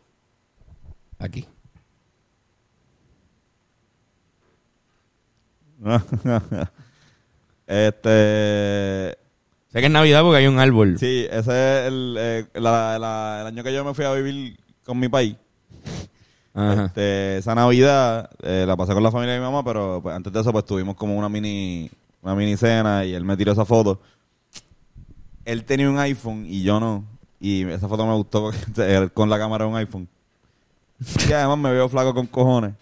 A: aquí.
B: este...
A: Sé que es Navidad porque hay un árbol.
B: Sí, ese es el, eh, la- la- el año que yo me fui a vivir con mi país.
A: Ajá.
B: Este, esa Navidad eh, la pasé con la familia de mi mamá, pero pues, antes de eso pues tuvimos como una mini una mini cena y él me tiró esa foto. Él tenía un iPhone y yo no. Y esa foto me gustó porque él con la cámara de un iPhone. Y además me veo flaco con cojones.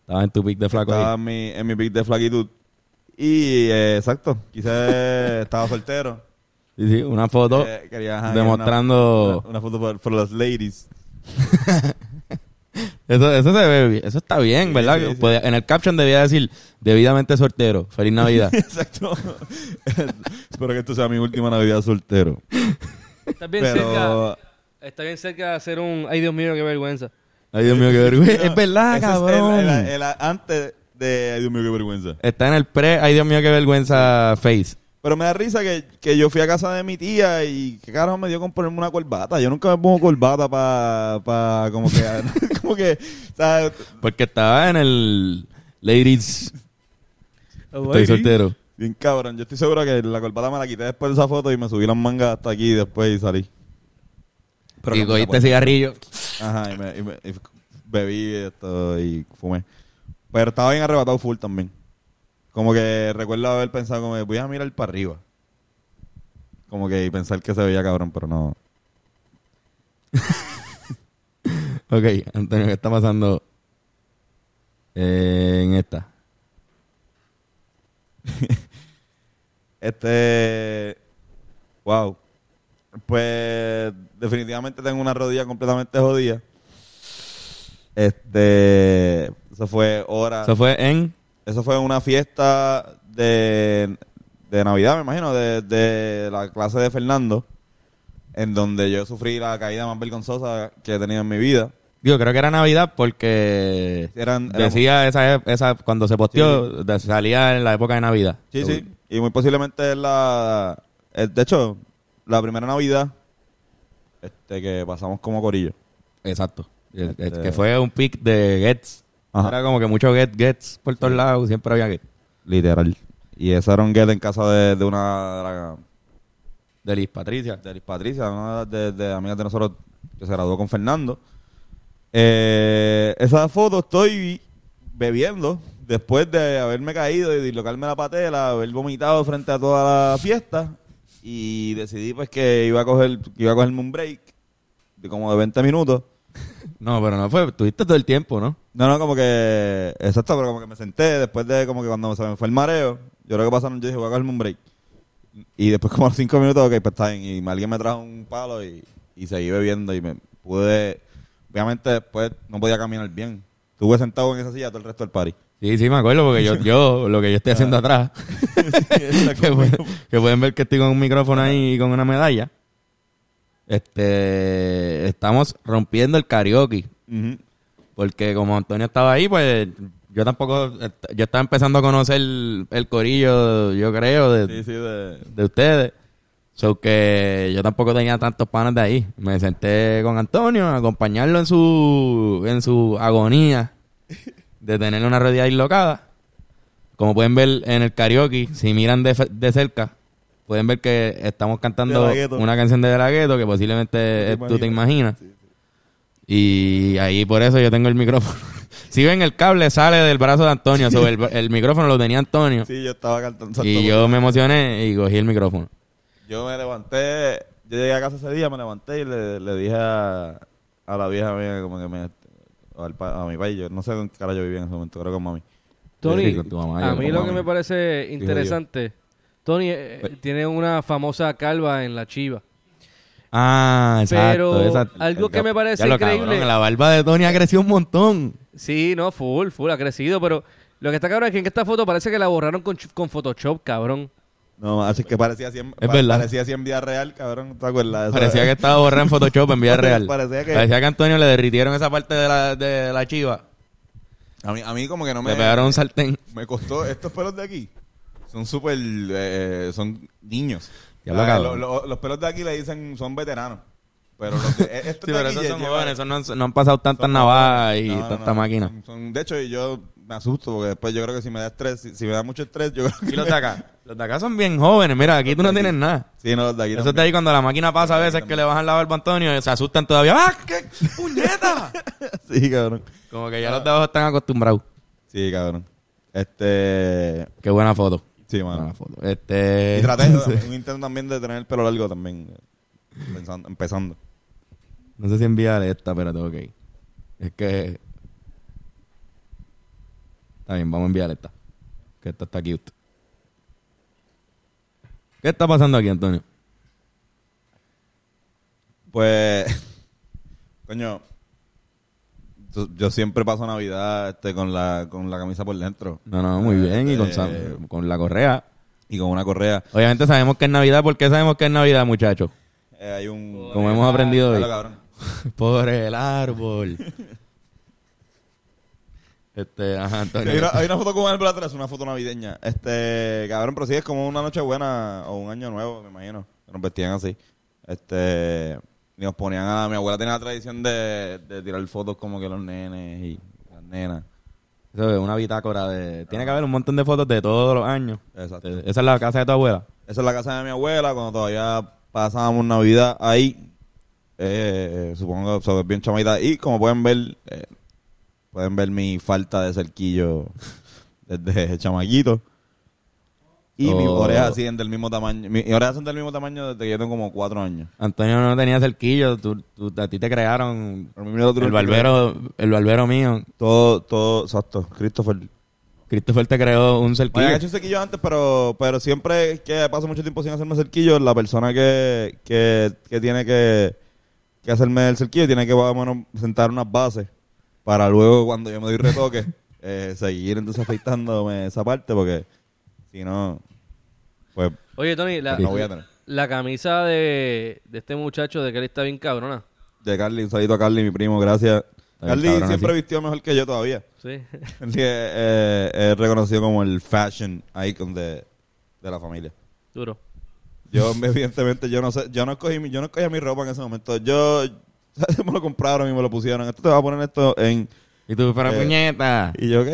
A: Estaba en tu pic de flaco
B: Estaba
A: ahí.
B: en mi, en mi pic de flaquitud. Y eh, exacto, quizás estaba soltero.
A: Sí, sí, una foto.
B: Eh, quería, ajá,
A: demostrando-
B: Una, una foto por, por las ladies.
A: Eso, eso se ve bien. Eso está bien,
B: Sí,
A: ¿verdad?
B: sí, sí.
A: Podía- En el caption debía decir, debidamente soltero. Feliz Navidad.
B: Exacto. Espero que esto sea mi última Navidad soltero.
C: Está bien cerca.
B: Pero.
C: Está bien cerca de hacer un. Ay, Dios mío, qué vergüenza.
A: Ay, Dios mío, qué vergüenza.
B: No,
A: es verdad,
B: ese es el-
A: cabrón.
B: el- el- el antes de. Ay, Dios mío, qué vergüenza.
A: Está en el pre. Ay, Dios mío, qué vergüenza face.
B: Pero me da risa que, que yo fui a casa de mi tía y que carajo me dio con ponerme una corbata. Yo nunca me pongo corbata para. Pa, como que. como que. O sea,
A: Porque estaba en el Ladies. Estoy soltero.
B: bien cabrón. Yo estoy seguro que la corbata me la quité después de esa foto y me subí las mangas hasta aquí y después y salí.
A: y
B: no me la
A: cogiste cigarrillo.
B: Ajá, y me, y me- y f- bebí esto y fumé. Pero estaba bien arrebatado full también. Como que recuerdo haber pensado como que voy a mirar para arriba. Como que y pensar que se veía cabrón, pero no.
A: Ok, Antonio, ¿qué está pasando eh, en esta?
B: Este. Wow. Pues definitivamente tengo una rodilla completamente jodida. Este. Eso fue hora.
A: Eso fue en.
B: Eso fue una fiesta de, de Navidad, me imagino, de, de la clase de Fernando, en donde yo sufrí la caída más vergonzosa que he tenido en mi vida.
A: Digo, creo que era Navidad porque.
B: Eran- eran-
A: decía esa, e, esa. Cuando se posteó, de- salía en la época de Navidad.
B: Sí, sí, y muy posiblemente es la... es, de hecho, la primera Navidad este, que pasamos como corillo.
A: Exacto. Es- es
B: Este-
A: Que fue un pick de Gets.
B: Ajá.
A: Era como que muchos get, Gets por todos lados, siempre había Gets.
B: Literal. Y eso era un gueto en casa de, de una... de la-
A: De Liz Patricia.
B: de Liz Patricia, una de, de amigas de nosotros que se graduó con Fernando. Eh, esa foto estoy bebiendo después de haberme caído y dislocarme la patela, haber vomitado frente a toda la fiesta y decidí pues que iba a coger que iba a cogerme un break de como de 20 minutos.
A: No, pero no fue. Tuviste todo el tiempo, ¿no?
B: No, no, como que exacto, pero como que me senté después de como que cuando se me fue el mareo, yo creo que pasaron, yo dije, voy a cogerme un break. Y después como a los cinco minutos, ok, pues está bien. Y alguien me trajo un palo y, y seguí bebiendo y me pude... Obviamente después no podía caminar bien. Estuve sentado en esa silla todo el resto del party.
A: Sí, sí, me acuerdo porque yo, yo lo que yo estoy
B: Ah.
A: haciendo atrás, que, pueden, que pueden ver que estoy con un micrófono ahí y con una medalla. Este, estamos rompiendo el karaoke
B: Ujú.
A: porque como Antonio estaba ahí, pues yo tampoco, yo estaba empezando a conocer el, el corillo, yo creo, de,
B: Sí, sí, de...
A: de ustedes. So que yo tampoco tenía tantos panes de ahí. Me senté con Antonio a acompañarlo en su, en su agonía de tener una rodilla dislocada. Como pueden ver en el karaoke, si miran de, fe- de cerca, pueden ver que estamos cantando
B: De La Ghetto.
A: una canción de De La Ghetto que posiblemente
B: te
A: eh, tú te imaginas. Y ahí por eso yo tengo el micrófono. Si ven el cable, sale del brazo de Antonio. Sobre el, el micrófono lo tenía Antonio.
B: Sí, yo estaba cantando. Santo
A: y yo me emocioné y cogí el micrófono.
B: Yo me levanté, yo llegué a casa ese día, me levanté y le, le dije a, a la vieja mía, como que me, al pa- a mi país, yo no sé con qué cara yo vivía en ese momento, creo que con mami.
C: Tony,
A: Sí, con tu mamá,
C: a
A: yo
C: mí
A: con
C: lo
A: mami.
C: que me parece interesante, Tony eh, tiene una famosa calva en la chiva.
A: Ah, exacto.
C: Pero
A: esa-
C: algo que me parece
A: Ya lo,
C: increíble-
A: cabrón, la barba de Tony ha crecido un montón.
C: Sí, no, full, full, ha crecido, pero lo que está cabrón es que en esta foto parece que la borraron con, ch- con Photoshop, cabrón.
B: No, así que parecía 100,
A: pues. Es verdad.
B: parecía 100 días real, cabrón, ¿te acuerdas? de eso?
A: Parecía que estaba borrado en Photoshop en vida real.
B: Parecía que-
A: a Antonio le derritieron esa parte de la, de la chiva.
B: a mí, a mí como que no
A: Le
B: me...
A: pegaron un sartén.
B: Me costó estos pelos de aquí. Son súper. eh, son niños.
A: Ya lo
B: Ah,
A: cabrón.
B: lo- lo- los pelos de aquí le dicen son veteranos. Pero los de, eh, estos
A: Sí,
B: de
A: pero
B: aquí
A: esos
B: ya
A: son
B: llevan-
A: jóvenes, esos no han, no han pasado tantas
B: son
A: navajas y
B: jóvenes. No, no,
A: tantas
B: no.
A: máquinas.
B: Son- son- de hecho, yo me asusto porque después yo creo que si me da estrés, si, si me da mucho estrés, yo creo que.
A: Y los de acá, los de acá son bien jóvenes. Mira, aquí tú no tienes nada.
B: Sí, no, los de aquí.
A: Eso
B: también.
A: está ahí cuando la máquina pasa a veces que le bajan la barba a Antonio y se asustan todavía. ¡Ah, qué puñeta!
B: Sí, cabrón.
A: Como que ya los de abajo están acostumbrados.
B: Sí, cabrón. Este.
A: Qué buena foto.
B: Sí, mano.
A: Buena foto. Este...
B: Y traté un intento también de tener el pelo largo también. eh, pensando- empezando.
A: No sé si enviarle esta, pero tengo que ir. Es que. Está bien, vamos a enviarle esta. Que esta está cute. ¿Qué está pasando aquí, Antonio?
B: Pues, coño, yo, yo siempre paso Navidad este, con, la, con la camisa por dentro
A: No, no, muy bien. Y con,
B: Eh,
A: Sam- con la correa.
B: y con una correa.
A: Obviamente sabemos que es Navidad. ¿Por qué sabemos que es Navidad, muchachos?
B: Eh, hay un...
A: Como hemos aprendido
B: Claro,
A: hoy.
B: cabrón.
A: Por el árbol. Este, ajá, Antonio.
B: Hay una, hay una foto con el atrás, una foto navideña. Este, cabrón, pero sí es como una noche buena o un año nuevo, me imagino. que Nos vestían así. Este, y nos ponían a... Mi abuela tenía la tradición de, de tirar fotos como que los nenes y las nenas.
A: Eso es una bitácora de. Tiene que haber un montón de fotos de todos los años.
B: Exacto.
A: Esa es la casa de tu abuela.
B: Esa es la casa de mi abuela, cuando todavía pasábamos Navidad ahí. Eh, supongo que o sea, bien chamadita. Y como pueden ver, eh, pueden ver mi falta de cerquillo desde chamaquito. Y mis
A: Oh.
B: orejas siguen del mismo tamaño. Mis orejas son del mismo tamaño desde que yo tengo como cuatro años.
A: Antonio no tenía cerquillo, tú, tú- a ti te crearon
B: Pero mi miedo otro-
A: el barbero, el barbero mío.
B: Todo, todo, exacto. Christopher.
A: Christopher te creó un
B: Me
A: cerquillo.
B: habían hecho cerquillo antes, pero, pero siempre que paso mucho tiempo sin hacerme cerquillo, la persona que, que, que tiene que, que hacerme el cerquillo tiene que más o menos sentar unas bases para luego cuando yo me doy retoque, eh, seguir entonces afeitándome esa parte porque si no, pues
C: Oye, Tony, la,
B: no voy a tener.
C: la camisa de, de este muchacho de que él está bien cabrona.
B: De Carly, un saludo a Carly, mi primo, gracias.
A: bien,
B: Carly
A: cabrón,
B: siempre
A: así.
B: vistió mejor que yo todavía.
C: Sí.
B: Él es eh, es reconocido como el fashion icon de, de la familia.
C: Duro.
B: Yo, evidentemente, yo no sé, yo no escogí, mi- yo no escogí mi ropa en ese momento. Yo me lo compraron y me lo pusieron. Esto te va a poner esto en.
A: Y tú, pero
B: Eh,
A: puñeta,
B: Y yo, ok.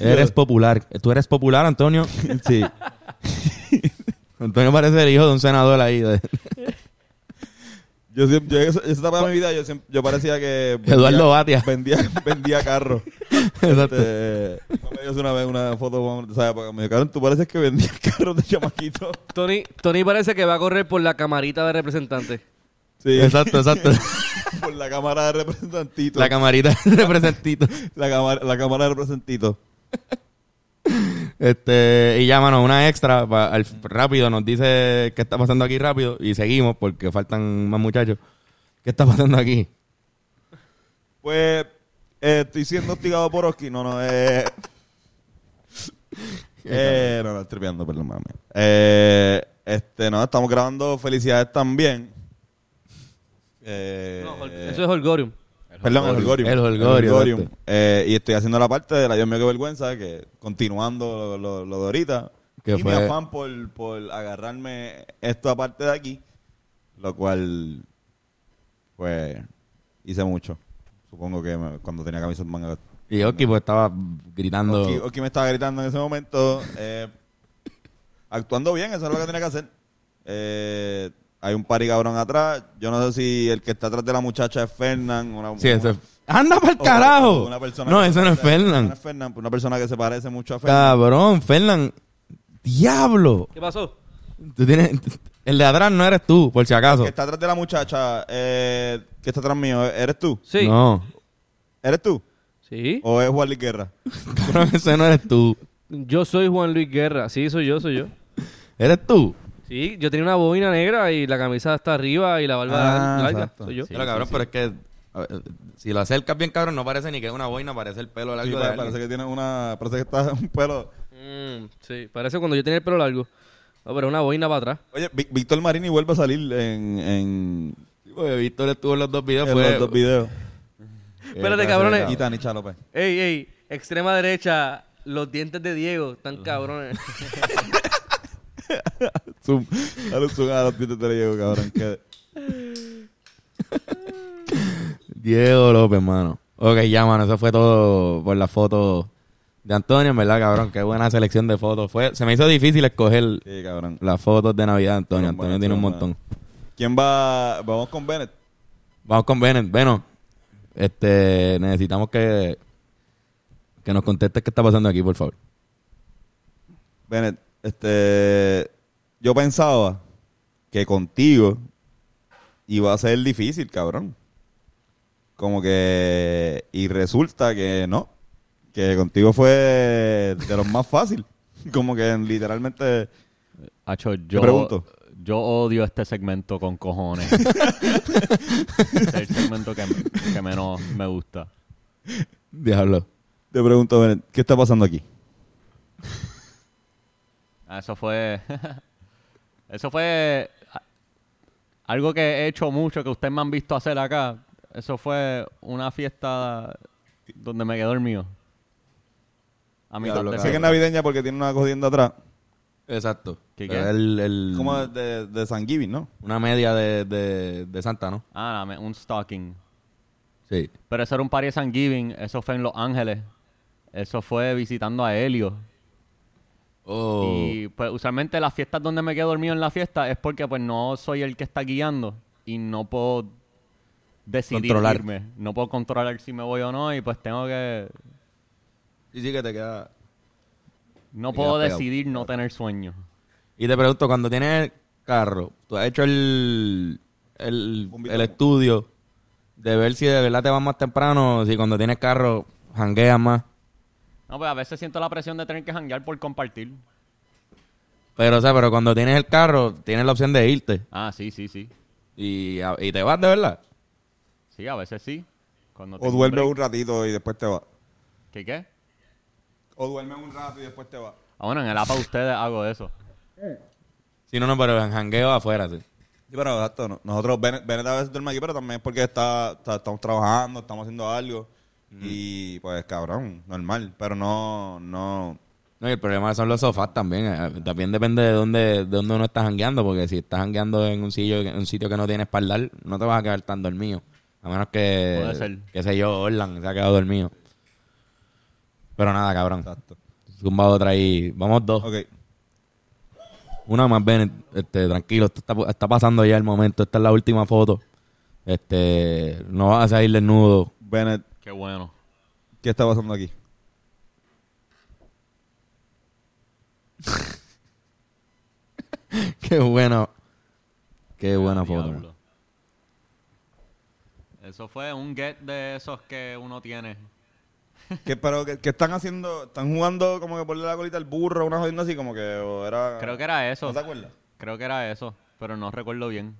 A: eres popular. Tú eres popular, Antonio.
B: Sí.
A: Antonio parece el hijo de un senador ahí. de-
B: Yo siempre, yo, esa esa etapa de mi vida, yo siempre, yo parecía que.
A: Eduardo Batia.
B: Vendía, vendía carro.
A: Exacto.
B: Este, me dio una vez una foto de esa época. Me dijo, cabrón, tú pareces que vendías carros de chamaquito.
C: Tony, Tony parece que va a correr por la camarita de representantes.
B: Sí.
A: Exacto, exacto.
B: Por la cámara de representantitos.
A: La camarita representito.
B: La, cámara- la cámara de representantitos.
A: Este, y ya, mano, una extra pa- al- rápido. Nos dice qué está pasando aquí rápido. Y seguimos porque faltan más muchachos. ¿Qué está pasando aquí?
B: Pues, eh, estoy siendo hostigado por Oski. No, no, eh. eh no, no, estoy tripeando, perdón, mami. Eh, este, no, estamos grabando Felicidades también. Eh,
C: No, Hol- eso es Holgorium.
B: Perdón, el Holgorium.
A: El Holgorium,
B: Holgorium.
A: exacto.
B: Eh, y estoy haciendo la parte de la Dios mío, qué vergüenza, que continuando lo, lo- lo de ahorita.
A: Que
B: y
A: fue-
B: mi afán por, por agarrarme esta parte de aquí, lo cual, pues, hice mucho. Supongo que me- cuando tenía camisa de manga.
A: Y Oki pues estaba gritando.
B: Oki, Oki me estaba gritando en ese momento. eh, actuando bien, eso es lo que tenía que hacer. Eh, hay un pari cabrón atrás. Yo no sé si el que está atrás de la muchacha es Fernán. una-
A: Sí, ese es Anda para el
B: O-
A: carajo.
B: o una persona
A: no,
B: que-
A: eso no es
B: No
A: Fernan.
B: es Fernan, una persona que se parece mucho a Fernan.
A: Cabrón, Fernan. Diablo.
C: ¿Qué pasó?
A: Tú tienes- El de atrás no eres tú, por si acaso.
B: Que está atrás de la muchacha eh, que está atrás mío. ¿Eres tú?
C: Sí.
A: No.
B: ¿Eres tú?
C: Sí.
B: ¿O es Juan Luis Guerra?
A: Cabrón, ese no eres tú.
C: Yo soy Juan Luis Guerra. Sí, soy yo, soy yo.
A: Eres tú.
C: Sí, yo tenía una bobina negra y la camisa hasta arriba y la barba
B: Ah,
C: larga.
B: exacto.
C: Soy yo.
A: Pero cabrón, pero es que a ver, si lo acercas bien, cabrón, no parece ni que es una boina, parece el pelo largo
B: Sí,
A: de
B: pa-
A: alguien.
B: parece que tiene una. Parece que está un pelo.
C: Mm, sí, parece cuando yo tenía el pelo largo. No, pero una boina para atrás.
B: Oye, Vic- Víctor Marini vuelve a salir en. en
A: Sí, porque Víctor estuvo en los dos videos.
B: en
A: fue-
B: los dos videos.
C: Espérate,
A: Eh,
C: cabrones.
B: Y Tanisha López.
C: Ey, ey, extrema derecha, los dientes de Diego,
B: Ah.
C: tan cabrones.
B: Zoom. Dale un zoom a los dientes de Diego, cabrón. que-
A: Diego López, mano. Ok, ya, mano, eso fue todo por la foto de Antonio, en verdad, cabrón. Qué buena selección de fotos. Fue, se me hizo difícil escoger
B: Sí, cabrón.
A: las fotos de Navidad de Antonio.
B: Fueron
A: Antonio
B: buenas,
A: tiene un
B: fueron
A: montón.
B: ¿Quién va? Vamos con Bennett.
A: Vamos con Bennett. Bueno, este, necesitamos que, que nos contestes qué está pasando aquí, por favor.
B: Bennett, este. Yo pensaba que contigo iba a ser difícil, cabrón. Como que. Y resulta que no. Que contigo fue de los más fácil. Como que literalmente.
D: Hacho, yo,
B: pregunto?
D: yo odio este segmento con cojones. es el segmento que, que menos me gusta.
A: Diablo.
B: Te pregunto, Bennett, ¿qué está pasando aquí?
D: Ah, Eso fue. eso fue. ah, Algo que he hecho mucho, que ustedes me han visto hacer acá. Eso fue una fiesta donde me quedé dormido. A mitad
A: Diablo,
D: de
B: Sé que es
D: fiesta.
B: navideña porque tiene una jodienda atrás.
A: Exacto.
D: ¿Qué,
A: Pero
D: qué?
A: el- el-
B: Como de, de San Giving, ¿no?
A: Una media de, de, de Santa, ¿no?
D: Ah, me- un stalking.
A: Sí.
D: Pero eso era un party de San Giving. Eso fue en Los Ángeles. Eso fue visitando a Helio.
A: Oh.
D: Y pues usualmente las fiestas donde me quedo dormido en la fiesta es porque pues no soy el que está guiando y no puedo decidir
A: Controlar.
D: irme. No puedo controlar si me voy o no y pues tengo que...
A: Y sí que te queda...
D: No
A: Te
D: puedo
A: quedas pegado.
D: decidir no tener sueño.
A: Y te pregunto, cuando tienes el carro, tú has hecho el, el,
B: Un
A: el
B: video.
A: estudio de ver si de verdad te vas más temprano, o si cuando tienes carro jangueas más.
D: No, pues a veces siento la presión de tener que janguear por compartir.
A: Pero, o sea, pero cuando tienes el carro, tienes la opción de irte.
D: Ah, sí, sí, sí.
A: Y, a- y te vas de verdad.
D: Sí, a veces sí. Cuando
B: O
D: tengo
B: duerme
D: break.
B: un ratito y después te va.
D: ¿Qué qué?
B: O duerme un rato y después te va.
D: Ah, bueno, en el app de ustedes hago eso.
A: Si no, no, pero en jangueo afuera, sí.
B: Sí, pero exacto, no- Nosotros, Bennett, Bennett a veces duerme aquí, pero también es porque está, está- estamos trabajando, estamos haciendo algo. Y pues, cabrón, normal. Pero no, no.
A: No, y el problema son los sofás también. eh, También depende de dónde, de dónde uno está jangueando, porque si estás jangueando en un sitio, en un sitio que no tiene espaldar, no te vas a quedar tan dormido. A menos que,
D: Puede ser.
A: qué sé yo, Orlan se ha quedado dormido. Pero nada, cabrón.
B: Exacto.
A: Zumba otra ahí. Vamos dos.
B: Ok.
A: Una más, Bennett. Este, tranquilo, esto está, está pasando ya el momento. Esta es la última foto. Este, no vas a salir desnudo.
B: Bennett,
D: Qué bueno.
B: ¿qué está pasando aquí?
A: Qué bueno. Qué buena foto.
D: Ah, Diablo.
A: man.
D: Eso fue un get de esos que uno tiene.
B: ¿Qué, pero, ¿qué, qué están haciendo? ¿Están jugando como que ponle la colita al burro, una jodienda así? Como que o era.
D: Creo que era eso.
B: ¿No te acuerdas?
D: Creo que era eso, pero no recuerdo bien.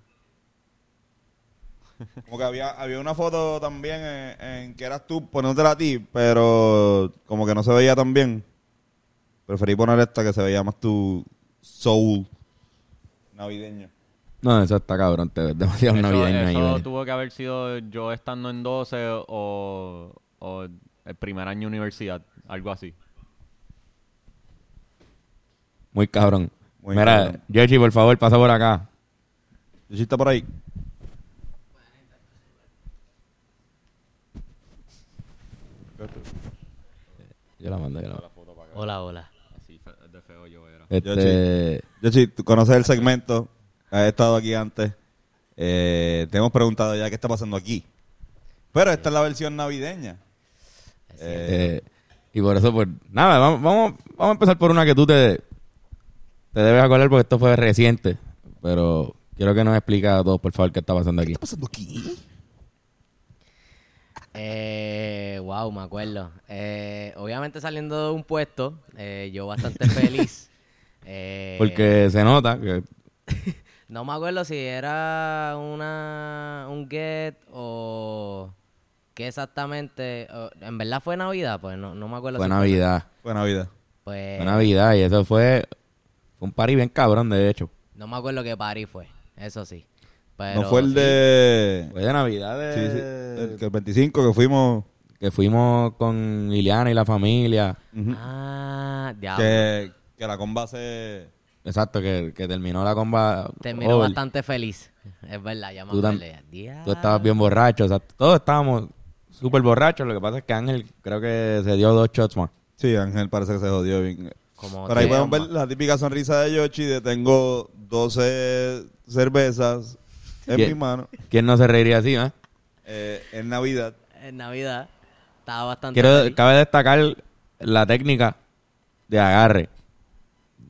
B: Como que había, había una foto también en, en que eras tú poniéndotela a ti, pero como que no se veía tan bien. Preferí poner esta que se veía más tu soul navideño.
A: No, eso está cabrón. Te ves demasiado
D: eso
A: navideño ahí,
D: eso
A: Bennett.
D: tuvo que haber sido yo estando en 12 o, o el primer año de universidad, algo así.
A: Muy cabrón.
B: Muy
A: Mira,
B: cabrón.
A: Yoshi, por favor, pasa por acá.
B: Yoshi está por ahí.
A: Yo la mando, yo la mando.
F: Hola, hola.
D: Así de feo yo era.
A: Este,
B: Yoshi, tú conoces el segmento, has estado aquí antes. Eh, te hemos preguntado ya qué está pasando aquí. Pero esta es la versión navideña. Eh,
A: Eh, y por eso, pues, nada, vamos, vamos, vamos a empezar por una que tú te, te debes acordar porque esto fue reciente. Pero quiero que nos expliques a todos, por favor, qué está pasando aquí.
F: Eh, wow, me acuerdo. Eh, obviamente saliendo de un puesto, eh, yo bastante feliz. Eh,
A: Porque se nota que
F: No me acuerdo si era una un get o qué exactamente. o- en verdad fue Navidad, pues no, no me acuerdo.
A: fue
F: si
A: Navidad.
B: fue Navidad.
F: Pues
A: Fue Navidad y eso fue, fue un party bien cabrón, de hecho.
F: no me acuerdo qué party fue, eso sí.
B: no fue el
F: sí,
B: de.
A: Fue de Navidad de-
B: Sí, sí, el que- el 25 que fuimos.
A: que fuimos con Liliana y la familia.
F: Ah, diablo.
B: Que, que la comba se.
A: Exacto, que, que terminó la comba.
F: Terminó
A: over.
F: bastante feliz. Es verdad, ya me
A: Tú tam-
F: acuerdo.
A: Tú estabas bien borracho, o sea, todos estábamos súper borrachos. Lo que pasa es que Ángel creo que se dio dos shots más.
B: Sí, Ángel parece que se jodió bien.
F: Como
B: Por ahí
F: te
B: podemos ver
F: llaman.
B: la típica sonrisa de Yoshi de tengo 12 cervezas en
A: Bien.
B: mi mano
A: ¿Quién no se reiría así, eh?
B: eh, en Navidad.
F: En Navidad estaba bastante
A: Quiero,
F: feliz.
A: cabe destacar la técnica de agarre.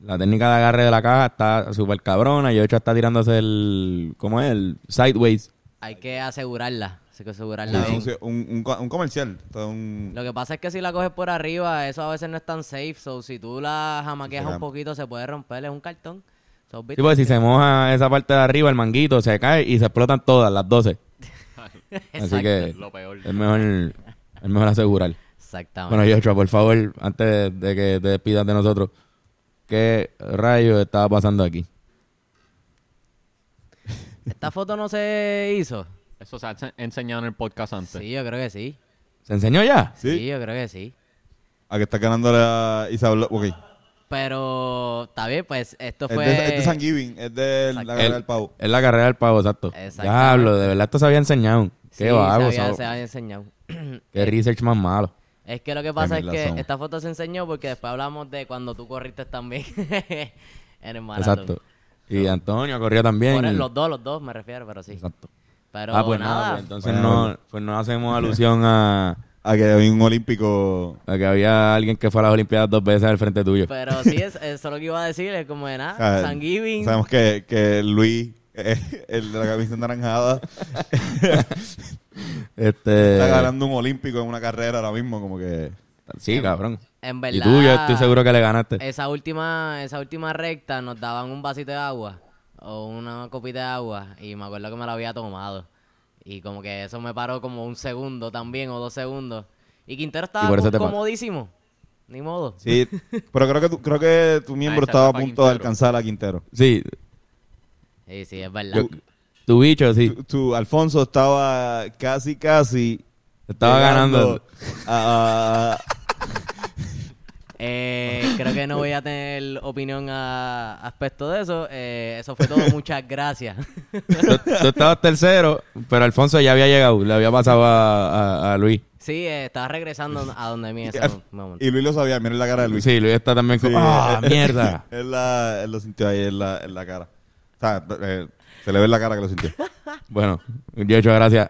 A: La técnica de agarre de la caja está súper cabrona. Y hecho está tirándose el. ¿Cómo es? El sideways.
F: Hay que asegurarla. Hay que asegurarla.
B: Un,
F: bien.
B: anuncio- un- un co- un comercial. todo un-
F: Lo que pasa es que si la coges por arriba, eso a veces no es tan safe. So, si tú la jamaqueas
B: Se
F: un
B: llama.
F: poquito, se puede romper. Es un cartón. So,
A: Sí,
F: ¿viste?
A: porque si se moja esa parte de arriba, el manguito se cae y se explotan todas las 12. Así que
D: Lo peor.
A: es mejor, es mejor asegurar.
F: Exactamente.
A: Bueno, Joshua, por favor, antes de que te despidas de nosotros, ¿qué rayos estaba pasando aquí?
F: ¿Esta foto no se hizo?
D: Eso se ha ense- enseñado en el podcast antes.
F: Sí, yo creo que sí.
A: ¿Se enseñó ya?
F: Sí,
B: Sí.
F: yo creo que sí.
B: A que está ganando la Isabel. Ok.
F: Pero está bien, pues esto
B: Es
F: fue.
B: de, es
A: este
B: de San Giving, es de la carrera
A: El-
B: del pavo.
A: Es la carrera del pavo, exacto.
F: Exactamente.
A: Diablo, de verdad esto se había enseñado.
F: Sí,
A: Qué vago,
F: se había,
A: sabo.
F: se había enseñado.
A: Qué research más malo.
F: Es que lo que pasa es
B: Tenés
F: que
B: razón.
F: esta foto se enseñó porque después hablamos de cuando tú corriste también en el maratón.
A: Exacto. Y Antonio corrió también.
F: Por
A: y-
F: el- los dos, los dos me refiero, pero sí.
A: Exacto.
F: Pero
A: Ah, pues nada,
F: nada.
A: pues entonces
B: Bueno.
A: no, pues no hacemos alusión a,
B: A que hay un olímpico.
A: a que había alguien que fue a las Olimpiadas dos veces al frente tuyo.
F: Pero sí, es, eso lo que iba a decir, es como de nada,
B: Ah,
F: San Giving.
B: Sabemos que, que Luis, eh, el de la camisa naranjada,
A: Este,
B: está ganando un olímpico en una carrera ahora mismo, como que.
A: Sí, cabrón.
F: En
A: Y
F: verdad, Eh,
A: tú, yo estoy seguro que le ganaste.
F: esa última, esa última recta nos daban un vasito de agua o una copita de agua y me acuerdo que me la había tomado. Y como que eso me paró como un segundo también o dos segundos. Y Quintero estaba
A: Y por eso te pa-
F: comodísimo. Ni modo.
B: Sí, pero creo que tu, creo que tu miembro
D: esa
B: estaba a
D: fue
B: punto
D: para
B: de
D: Quintero.
B: alcanzar a Quintero.
A: Sí,
F: Sí, sí, es verdad.
A: yo- tu bicho, sí.
B: Tu, tu Alfonso estaba casi, casi.
A: Estaba ganando.
B: a- a-
F: Eh, creo que no voy a tener opinión a aspecto de eso. Eh, eso fue todo. Muchas gracias.
A: tú, tú estabas tercero, pero Alfonso ya había llegado, le había pasado a, a- a Luis.
F: Sí, eh, estaba regresando a donde mí en ese
B: a-
F: momento.
B: y Luis lo sabía, miren la cara de Luis.
A: Sí, Luis está también como,
B: Sí,
A: ¡ah,
B: él-
A: mierda!
B: Él, la- él lo sintió ahí en la, en la cara. O sea, eh, se le ve en la cara que lo sintió.
A: Bueno, Yocho, gracias.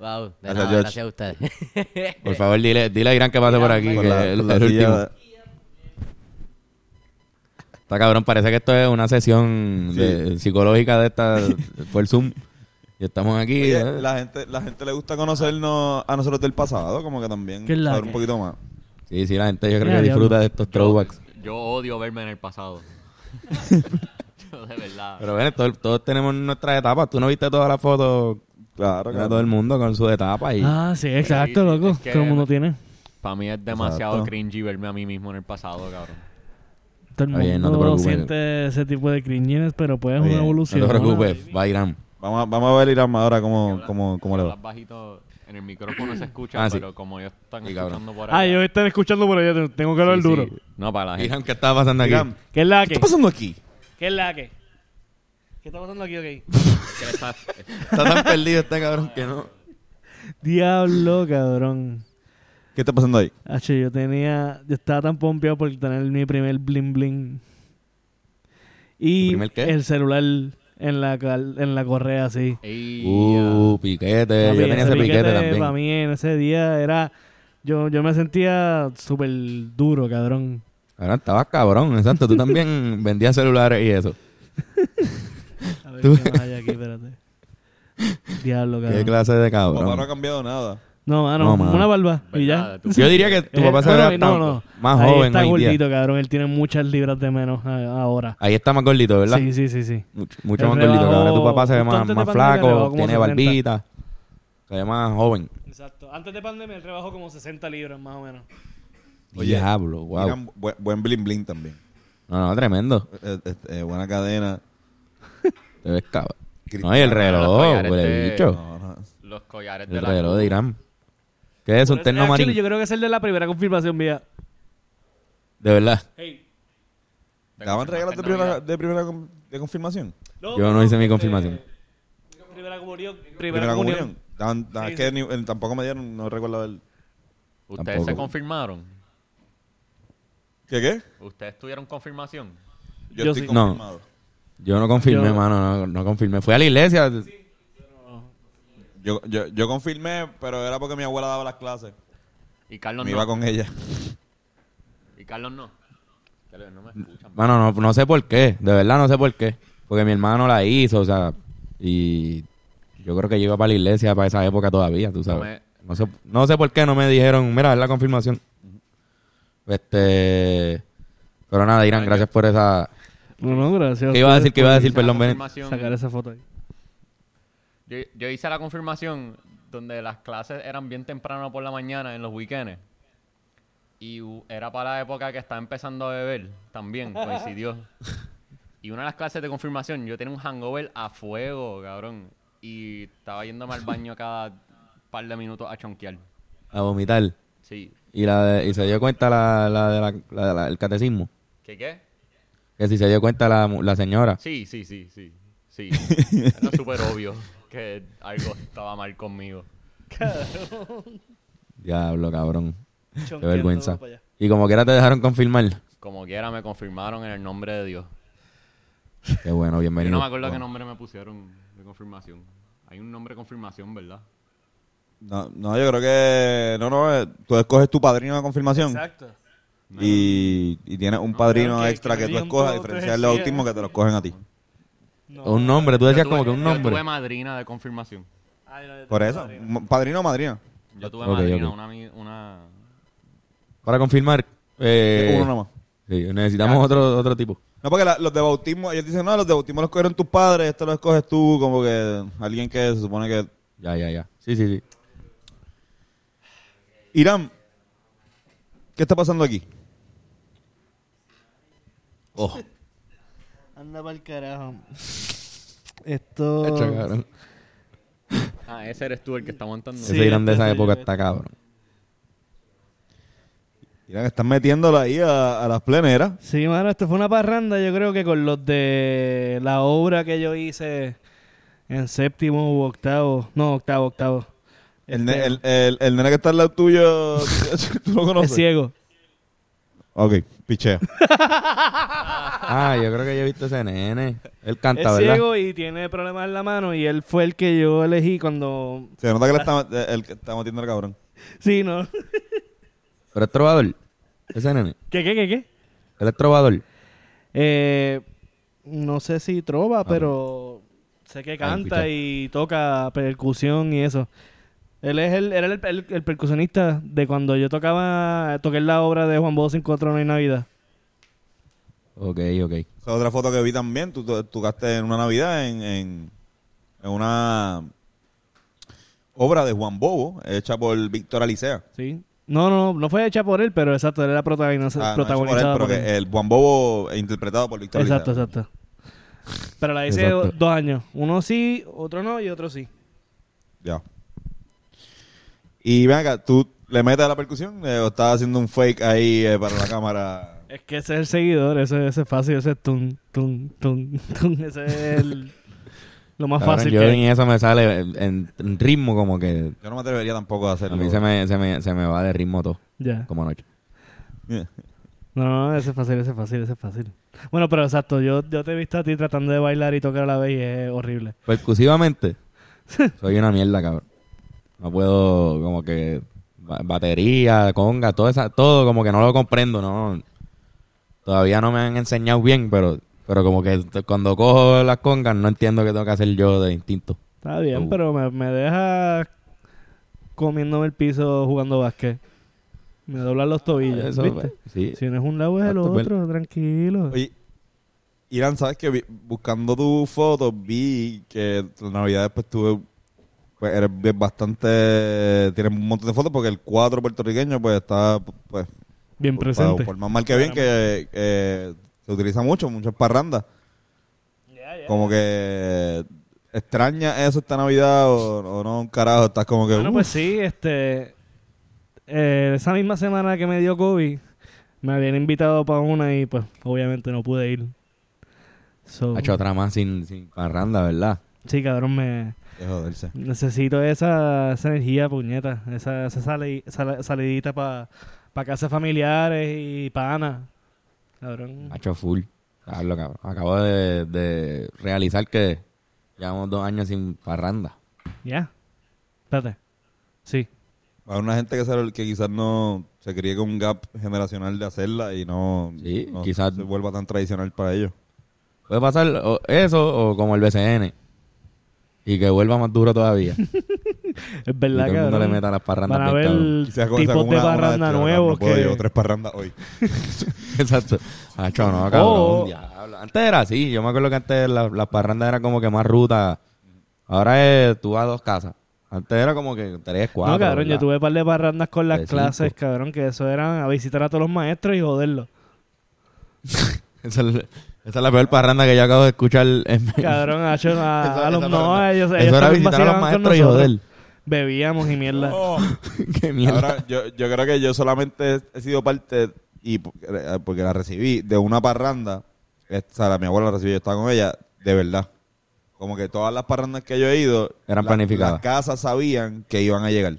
F: Wow, de
B: Gracias,
F: nada,
B: George.
F: gracias a ustedes.
A: Por favor, dile, dile a Irán que pase por aquí,
B: Con
A: que
B: la-
A: es
B: con
A: el,
B: la
A: el
B: silla
A: último. Está cabrón, parece que esto es una sesión de- psicológica de esta por Zoom. Y estamos aquí.
B: Oye,
A: ¿eh?
B: la gente, la gente le gusta conocernos a nosotros del pasado, como que también
G: ¿Qué es la
B: saber
G: que?
B: un poquito más.
A: Sí, sí, la gente yo creo
G: Mira,
A: que
G: diablo.
A: disfruta de estos
D: Yo-
A: throwbacks.
D: Yo, odio verme en el pasado. yo de verdad.
A: Pero ven, todos, todos tenemos nuestras etapas. Tú no viste todas las fotos.
B: Claro,
A: Era
B: claro.
A: todo el mundo con sus etapas. Y...
G: Ah, sí, exacto,
D: sí,
G: loco.
D: es que-
G: Todo el mundo tiene.
D: Para mí es demasiado
B: Exacto.
D: cringy verme a mí mismo en el pasado, cabrón.
G: Todo el
A: Está
G: mundo
A: bien, no te preocupes.
G: siente ese tipo de cringiness, pero pues es
B: Está
G: una
B: bien,
A: no
G: evolución.
A: te preocupes,
G: ¿no?
A: va Irán.
B: Vamos, a, vamos a ver Irán ahora cómo, cómo, cómo le va.
D: Hablas bajito en el micrófono se escucha,
A: Ah, sí.
D: pero como ellos están
A: Sí, cabrón.
D: escuchando por
G: Ah,
D: ahí.
G: ellos están escuchando, pero yo te- tengo que hablar duro.
D: No, para la gente.
A: Irán, ¿qué estaba pasando aquí?
B: Irán,
G: ¿Qué es la
B: ¿qué
G: que?
B: está pasando aquí?
G: ¿Qué es la que? ¿Qué está pasando aquí, ok?
D: que le estás-
A: Está tan perdido este cabrón que no.
G: Diablo, cabrón.
B: ¿Qué está pasando ahí?
G: H, yo tenía. Yo estaba tan pompeado por tener mi primer bling bling. Y
A: ¿Tu primer qué?
G: el celular. en la, cal- en la correa, así.
D: Y-
A: Uh, piquete.
G: Papi,
A: yo tenía ese piquete,
G: Para
A: también.
G: mí en ese día era... Yo, yo me sentía súper duro, cabrón.
A: Ahora estabas cabrón, exacto. Tú también vendías celulares y eso.
G: A ver
A: Tú-
G: qué más hay aquí, espérate. Diablo,
A: Qué
G: cabrón.
A: clase de
B: Papá no ha
A: cabrón.
B: cambiado nada.
G: no, mano,
A: No, mano.
G: una barba y ya.
D: ¿verdad? Tú-
A: Yo diría que tu
G: Eh,
A: papá se
G: no, no,
A: verá tan-
G: no.
A: más
G: Ahí
A: joven
G: está
A: hoy día.
G: gordito, cabrón. Él tiene muchas libras de menos a- ahora.
A: Ahí está más gordito, ¿verdad?
G: Sí, sí, sí, sí.
A: Mucho, mucho
G: Él
A: más gordito. que Ahora tu
G: rebajó-
A: papá se ve
G: justo
A: más,
G: antes de
A: más
G: pandemia rebajó
A: flaco,
G: como
A: tiene
G: 60.
A: barbita. Se ve más joven.
G: Exacto. Antes de pandemia él rebajó como 60 libras más o menos.
B: Oye,
A: Diablo, wow.
B: Miran, bu- buen, bling bling también.
A: No, no, tremendo.
B: Eh, eh, eh, buena cadena.
A: Te ves cabrón. No,
B: Cristal.
A: y el
D: Ahora los
A: reloj,
D: collares
A: huele
D: de-
A: bicho.
B: No, no.
D: Los collares de
A: El
D: la
A: reloj de
D: cruz.
A: Irán. ¿Qué es eso? Un terno
G: Actually,
A: amarillo.
G: Yo creo que es el de la primera confirmación mía.
A: De verdad.
G: Hey.
D: Te
B: ¿Acaban de regalar de
D: confirmaste
B: primera,
D: Navidad.
B: de primera con- de confirmación?
A: Yo no hice mi confirmación.
G: eh, Primera comunión. Primera,
B: Primera
G: comunión.
B: comunión. Tan- tan-
G: Sí,
B: que
G: sí.
B: ni- eh, tampoco me dieron, no recuerdo el...
D: Ustedes se
A: Tampoco.
D: confirmaron.
B: ¿Qué qué?
D: Ustedes tuvieron confirmación.
B: Yo,
G: Yo
B: estoy
G: sí.
B: confirmado.
A: Yo no confirmé,
G: Yo-
A: mano. No, no confirmé. Fui a la iglesia.
B: Yo, yo, yo confirmé, pero era porque mi abuela daba las clases.
D: Y Carlos
B: me
D: no.
B: iba con ella.
D: Y Carlos no. Ustedes No me escuchan.
A: Mano, no, no sé por qué. De verdad no sé por qué. Porque mi hermano la hizo, o sea. Y yo creo que yo iba para la iglesia para esa época todavía, tú sabes. No sé, no sé por qué no me dijeron, mira, es la confirmación. Este. Pero nada, Irán, gracias por esa.
G: No, no, gracias.
A: ¿Qué iba a decir? ¿Qué iba a decir?
D: Hice la
A: Perdón, Benet.
D: confirmación-
G: Sacar esa foto ahí.
D: Yo, yo hice la confirmación donde las clases eran bien temprano por la mañana en los weekends. Y hu- era para la época que estaba empezando a beber también, coincidió. Y una de las clases de confirmación, yo tenía un hangover a fuego, cabrón. Y estaba yéndome al baño cada par de minutos a chonquear.
A: A vomitar.
D: Sí.
A: Y, la de- y se dio cuenta la, la, de la- la de la- el catecismo.
D: ¿Qué qué?
A: Que si se dio cuenta la, mu- la señora.
D: Sí, sí, sí, sí. Sí. Era súper obvio que algo estaba mal conmigo.
A: Diablo, cabrón. Qué
G: Chonqueando
A: vergüenza.
G: para allá.
A: Y como quiera te dejaron confirmar.
D: Como quiera, me confirmaron en el nombre de Dios.
A: Qué bueno,
D: Yo
A: bienvenido.
D: no me acuerdo qué nombre me pusieron de confirmación. Hay un nombre de confirmación, ¿verdad?
B: No, no, yo creo que... No, no, eh, tú escoges tu padrino de confirmación.
G: Exacto.
B: Y, y tienes un padrino
G: que-
B: extra
G: que
B: que,
G: me
B: tú
G: digan
B: escojas, a
G: todo,
B: diferencia de
G: tres
B: los
G: días.
B: autismos que te los cogen a ti.
G: No.
A: Un nombre, tú decías
D: Yo tuve-
A: como que un
D: Yo
A: nombre.
D: tuve madrina de confirmación.
G: Ay, no, yo
B: Por
G: tengo
B: eso,
G: padrino.
B: m- padrino o madrina.
D: Yo tuve
A: Ok,
D: madrina,
A: ok.
D: una, ami- una...
A: Para confirmar. eh,
B: Uno nomás.
A: sí, necesitamos otro, otro tipo.
B: No, porque la- los de bautismo, ellos dicen, no, los de bautismo los cogieron tus padres, esto lo escoges tú, como que alguien que se supone que...
A: Ya, ya, ya. Sí, sí, sí.
B: Irán, ¿qué está pasando aquí?
A: Oh,
G: Anda para el carajo.
B: Oh.
G: Esto.
A: hecho, cabrón.
D: Ah, ese eres tú el que está montando.
G: Sí.
A: Ese Irán de
G: este
A: esa
G: soy yo,
A: época
G: este.
A: está cabrón.
B: Irán, están metiéndola ahí a, a las pleneras.
G: Sí, mano, esto fue una parranda. Yo creo que con los de la obra que yo hice en séptimo u octavo. No, octavo, octavo.
B: El,
G: Este,
B: ne- el, el, el nene que está al lado tuyo, tú lo
G: es
B: conoces.
G: ciego.
B: Ok, pichea.
A: Ah, yo creo que yo he visto ese nene. Él
G: Es
A: canta, ¿verdad?
G: ciego y tiene problemas en la mano. Y él fue el que yo elegí cuando.
B: Se nota que le está, el, que está metiendo el cabrón.
G: Sí, ¿no?
A: Pero es trovador. Ese nene.
G: ¿Qué, qué, qué, qué?
A: Él es trovador.
G: Eh, no sé si trova,
B: Ah,
G: pero sé que canta
A: escucha.
G: y toca percusión y eso. Él es el, era el, el- el percusionista de cuando yo tocaba, toqué la obra de Juan Bobo Sin Control en Navidad.
A: Ok, ok.
B: Esa es otra foto que vi también. Tú tú- tocaste en una Navidad en, en, en una obra de Juan Bobo, hecha por Víctor Alicea.
G: ¿Sí? No, no, no, no fue hecha por él, pero exacto, él era protagonista,
B: Ah, no, hecha por él,
G: protagonizada
B: pero
G: por él.
B: que el Juan Bobo es interpretado por Víctor Alicea.
G: Exacto, exacto. Pero la hice
A: Exacto.
G: do- dos años. Uno sí, otro no y otro sí.
B: Ya. Y ven acá, ¿tú le metes a la percusión eh, o estás haciendo un fake ahí eh, para la cámara?
G: Es que ese es el seguidor, ese, ese es fácil, ese es tun, tun, tun, tun. Ese es el- lo más
A: Cabrón,
G: fácil
A: yo
G: que
A: en e- eso me sale en, en ritmo como que...
B: Yo no me atrevería tampoco a
A: A
B: hacerlo.
A: mí se me, se me, se me va de ritmo todo.
G: Ya.
A: Como noche.
G: No, no, no, ese es fácil, ese es fácil, ese es fácil. Bueno, pero exacto, yo, yo te he visto a ti tratando de bailar y tocar a la vez y es horrible.
A: Percusivamente, soy una mierda, cabrón. No puedo, como que, ba- batería, conga, todo, esa, todo como que no lo comprendo, no. Todavía no me han enseñado bien, pero, pero como que t- cuando cojo las congas no entiendo qué tengo que hacer yo de instinto.
G: Está bien,
A: Uh.
G: pero me, me deja comiéndome el piso jugando básquet. Me doblan los tobillos,
A: Eso, pues,
G: ¿viste?
A: sí.
G: Si no es un lado es el
A: Exacto, pues.
G: otro, tranquilo.
B: Oye, Irán, ¿sabes que Buscando tus fotos vi que la Navidad después tuve... Pues eres bien bastante... Tienes un montón de fotos porque el cuadro puertorriqueño pues está... Pues,
G: Bien
B: por-
G: presente.
B: Por, por más mal que bien que eh, se utiliza mucho, muchas parrandas. Como que... ¿Extraña eso esta Navidad o, o no? Un carajo, estás como que...
G: Bueno,
B: "Uf".
G: pues sí, este. eh, esa misma semana que me dio COVID, me habían invitado para una y, pues, obviamente no pude ir. So,
A: Ha hecho otra más sin, sin parranda, ¿verdad?
G: sí, cabrón, me
B: De joderse.
G: necesito esa, esa energía, puñeta. Esa, esa sali- sal- salidita para casas familiares y pana. Cabrón.
A: Ha hecho full. Hablo, cabrón. Acabo de, de realizar que llevamos dos años sin parranda.
G: Ya. Espérate. Sí.
B: Hay una gente que, se- que quizás no se críe con un gap generacional de hacerla y no,
A: Sí,
B: no
A: quizás-
B: se vuelva tan tradicional para ellos.
A: Puede pasar o eso o como el BCN. Y que vuelva más duro todavía. y
G: Es
A: todo
G: verdad,
A: el mundo le
G: cabrón.
A: meta las parrandas.
G: Van a
A: bien,
G: ver
A: cabrón.
B: Quizás con-
G: tipos
B: con
G: de
B: una- una
G: parranda
B: destreza,
G: nuevos
B: no puedo,
G: que...
B: llevo tres parrandas hoy.
A: Exacto. Hacho, no, cabrón.
G: O-
A: diablo. Antes era así. Yo me acuerdo que antes la- las parrandas eran como que más ruta. Ahora es tú vas a dos casas. Antes era como que tres, cuatro.
G: No, cabrón,
A: ¿verdad?
G: yo tuve par de parrandas con las
A: De cinco.
G: clases, cabrón, que eso eran a visitar a todos los maestros y joderlos.
A: Esa es, la- esa es la peor parranda que yo acabo de escuchar. En...
G: Cabrón, a, a,
A: Esa-
G: a los
A: esa
G: no,
A: parranda.
G: ellos,
A: Eso
G: ellos
A: era
G: también
A: visitar a los
G: vacilaban con
A: maestros y joder.
G: nosotros. Bebíamos y mierda.
A: Qué mierda.
B: Ahora, yo, yo creo que yo solamente he sido parte, y po- eh, porque la recibí, de una parranda. Eh, O sea, la- mi abuela la recibí, yo estaba con ella, de verdad. Como que todas las parrandas que yo he ido...
A: Eran
B: la-
A: planificadas.
B: Las casas sabían que iban a llegar.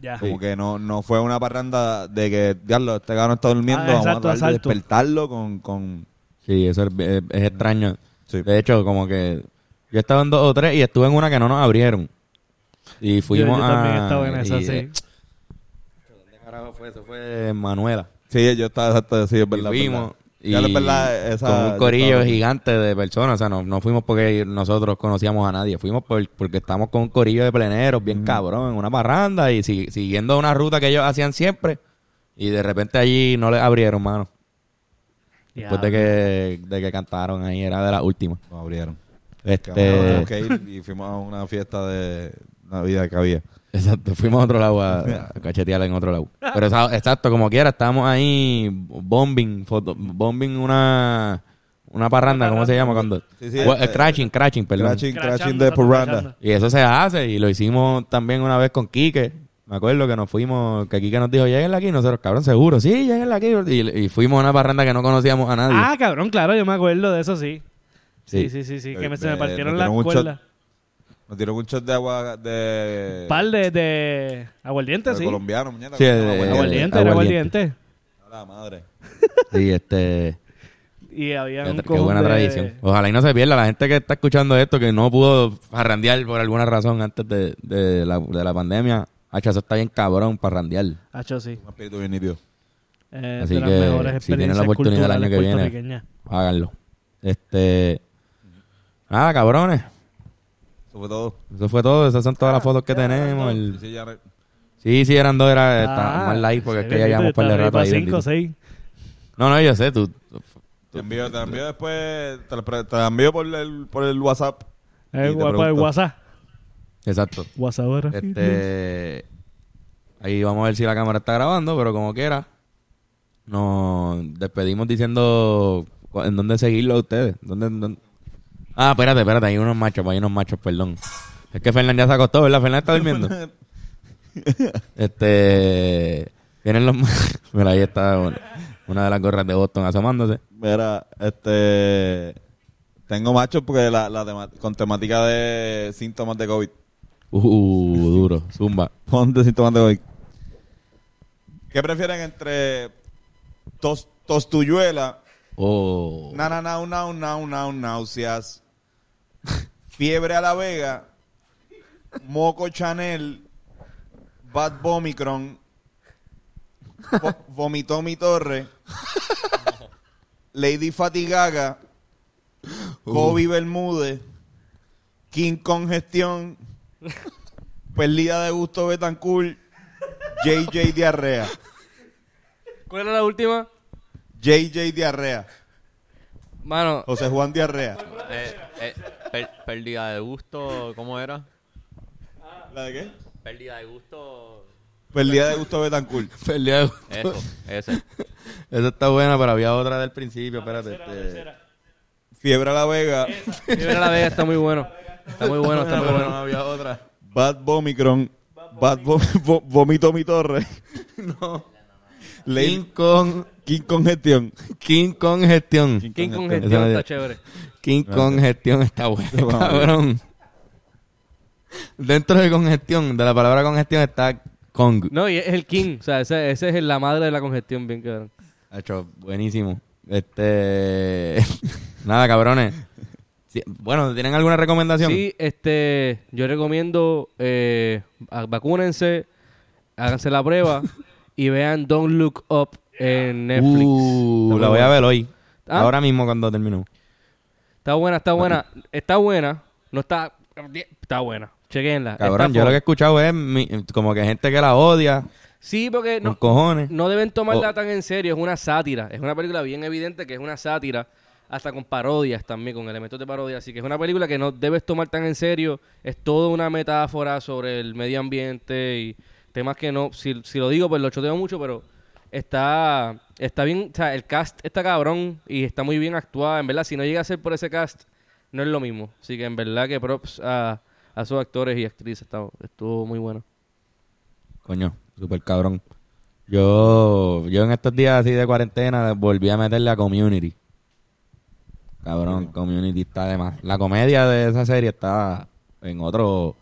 G: Ya.
B: Como que no, no fue una parranda de que, diablo, este cabrón está durmiendo,
G: Ah,
B: vamos a
G: exacto,
B: tratar de
G: asalto.
B: despertarlo con... con...
A: Sí, eso es, es- es extraño.
B: Sí.
A: De hecho, como que yo estaba en dos o tres y estuve en una que no nos abrieron. Y
G: yo,
A: fuimos
G: yo
A: a...
G: también estaba en
A: y-
G: esa, sí.
A: eh, ¿Qué carajo fue eso? Fue en Manuela.
B: Sí, yo estaba exacto, sí, es
A: Y
B: verdad.
A: fuimos.
B: Pues verdad.
A: Y
B: Ya, es verdad, esa-
A: con un corillo
B: estaba-
A: gigante de personas. O sea, no, no fuimos porque nosotros conocíamos a nadie. Fuimos por- porque estamos con un corillo de pleneros bien cabrón, en una parranda y si- siguiendo una ruta que ellos hacían siempre. Y de repente allí no les abrieron, mano. Después de que, de que cantaron ahí, era de las últimas.
B: Nos abrieron.
A: Este,
B: Cabrón, tenemos que ir y fuimos a una fiesta de Navidad que había.
A: exacto, fuimos a otro lado a, a cachetear en otro lado. Pero esa- exacto, como quiera, estábamos ahí bombing, foto- bombing una una parranda, ¿cómo se llama cuando?
B: Sí, sí,
A: Wa-
B: este-
A: crashing, crashing, perdón.
B: Crashing,
G: Crachando,
B: crashing de
G: exacto,
B: Puranda.
G: crachando.
A: Y eso se hace y lo hicimos también una vez con Quique. Me acuerdo que nos fuimos, que Quique nos dijo, lléguenla aquí, nosotros, cabrón, seguro, sí, lléguenla aquí. Y, y fuimos a una parranda que no conocíamos a nadie.
G: Ah, cabrón, claro, yo me acuerdo de eso, sí.
A: Sí.
G: Sí, sí, sí, sí,
B: Eh,
G: que me, se me
B: me-
G: partieron
B: me
G: las
B: tiró un shot
G: cuerdas.
B: Nos tiró un shot de agua de.
G: Par de, de aguardiente,
B: de
G: sí.
B: colombiano, muñeca.
A: Sí,
B: No,
A: de-
B: aguardiente.
G: Aguardiente, era
A: Eh, Aguardiente.
G: aguardiente.
B: A la madre.
A: Sí, este...
G: Y había
A: Qué,
G: un
A: qué buena
G: cojón de-
A: tradición. Ojalá y no se pierda la gente que está escuchando esto, que no pudo parrandear por alguna razón antes de, de la, de la pandemia. Hacha, eso está bien cabrón parrandear.
G: Hacho, sí.
B: Un espíritu bien nítido.
G: Eh,
A: Así
G: de las
A: que,
G: mejores
A: si tienen la
G: experiencias
A: oportunidad el año que viene.
G: puertorriqueñas.
A: Háganlo. Este... Nada, cabrones.
B: Eso fue todo.
A: Eso fue todo. Esas son todas las fotos que tenemos.
B: Sí,
A: El-
B: sí, ya re-
A: Sí, sí, eran dos. Era está
G: Ah,
A: más light porque es que ya
G: bendito,
A: llevamos par de
G: está
A: rato ahí.
G: 5
A: bendito.
G: o 6.
A: No, no, yo sé. Tú,
B: Te envío, te envío después. Te la pre- te la envío por el, por el WhatsApp.
G: Eh,
B: Y te
G: guapa, el
B: pregunto.
G: WhatsApp.
A: exacto.
G: WhatsApp ahora.
A: Este, ahí vamos a ver si la cámara está grabando, pero como quiera, nos despedimos diciendo cu- en dónde seguirlo a ustedes. ¿Dónde, dónde- Ah, espérate, espérate, hay unos machos, hay unos machos, perdón. Es que Fernán ya se acostó, ¿verdad? Fernán está durmiendo. este, vienen los machos. Mira, ahí está una- una de las gorras de Boston asomándose.
B: Mira, este. Tengo machos porque la, la tema- con temática de síntomas de COVID.
A: Uh, duro, zumba.
B: Ponte síntomas de COVID. ¿Qué prefieren entre tos Tostuyuela.
A: Oh.
B: Na, na, na, na, na, na, náuseas. Fiebre a la Vega. Moco Chanel. Bad Vomicron. vo- vomitó mi torre. Lady Fatigaga. Kobe Bermúdez. King Congestión. Perdida de gusto Betancourt. JJ Diarrea.
C: ¿Cuál era la última?
B: JJ Diarrea.
C: Mano,
B: José Juan Diarrea.
D: Eh, eh, per- pérdida de gusto, ¿cómo era?
B: ¿La de qué?
D: Pérdida de gusto.
B: Perdida de gusto Betancourt.
A: Perdida de-
D: Eso, ese.
A: Esa está buena, pero había otra del principio. Espérate. este-
B: Fiebre a la Vega.
C: Rivera la Vega está muy bueno. Está muy bueno, está muy
A: Pero
C: bueno.
A: no había otra.
B: Bad Vomicron. Bad Vom- Vo- Vomito Mi Torre. No.
A: King Kong.
B: King Congestión.
A: King Kong Gestión.
C: King Kong
A: Esa
C: gestión
A: me dio.
C: está chévere.
A: King
C: Ah,
A: Kong Gestión está bueno,
B: Vamos a ver.
A: cabrón. Dentro de congestión, de la palabra congestión está Kong.
C: No, y es el King. O sea, ese, ese es la madre de la congestión, bien cabrón.
A: Hacho, buenísimo. Este. Nada, cabrones. Sí, bueno, ¿tienen alguna recomendación?
C: Sí, este, yo recomiendo eh, a- vacúnense, háganse la prueba y vean Don't Look Up en Netflix.
A: Uh,
C: Está muy
A: la voy a
C: buena.
A: ver hoy.
C: Ah.
A: Ahora mismo cuando termino.
C: Está buena, está buena. Está buena. No está... Está buena. Chequenla.
A: Cabrón, yo lo que he escuchado es mi- como que gente que la odia,
C: Sí, porque
A: con
C: no,
A: cojones.
C: no deben tomarla
A: Oh.
C: tan en serio. Es una sátira. Es una película bien evidente que es una sátira. Hasta con parodias también, con elementos de parodia. Así que es una película que no debes tomar tan en serio. Es toda una metáfora sobre el medio ambiente y temas que no... Si, si lo digo, pues lo choteo mucho, pero está... Está bien... O sea, el cast está cabrón y está muy bien actuada. En verdad, si no llega a ser por ese cast, no es lo mismo. Así que en verdad que props a, a esos actores y actrices. Está- estuvo muy bueno.
A: Coño, súper cabrón. Yo, yo en estos días así de cuarentena volví a meterle a Community. Cabrón, Community está de más. La comedia de esa serie está en otro...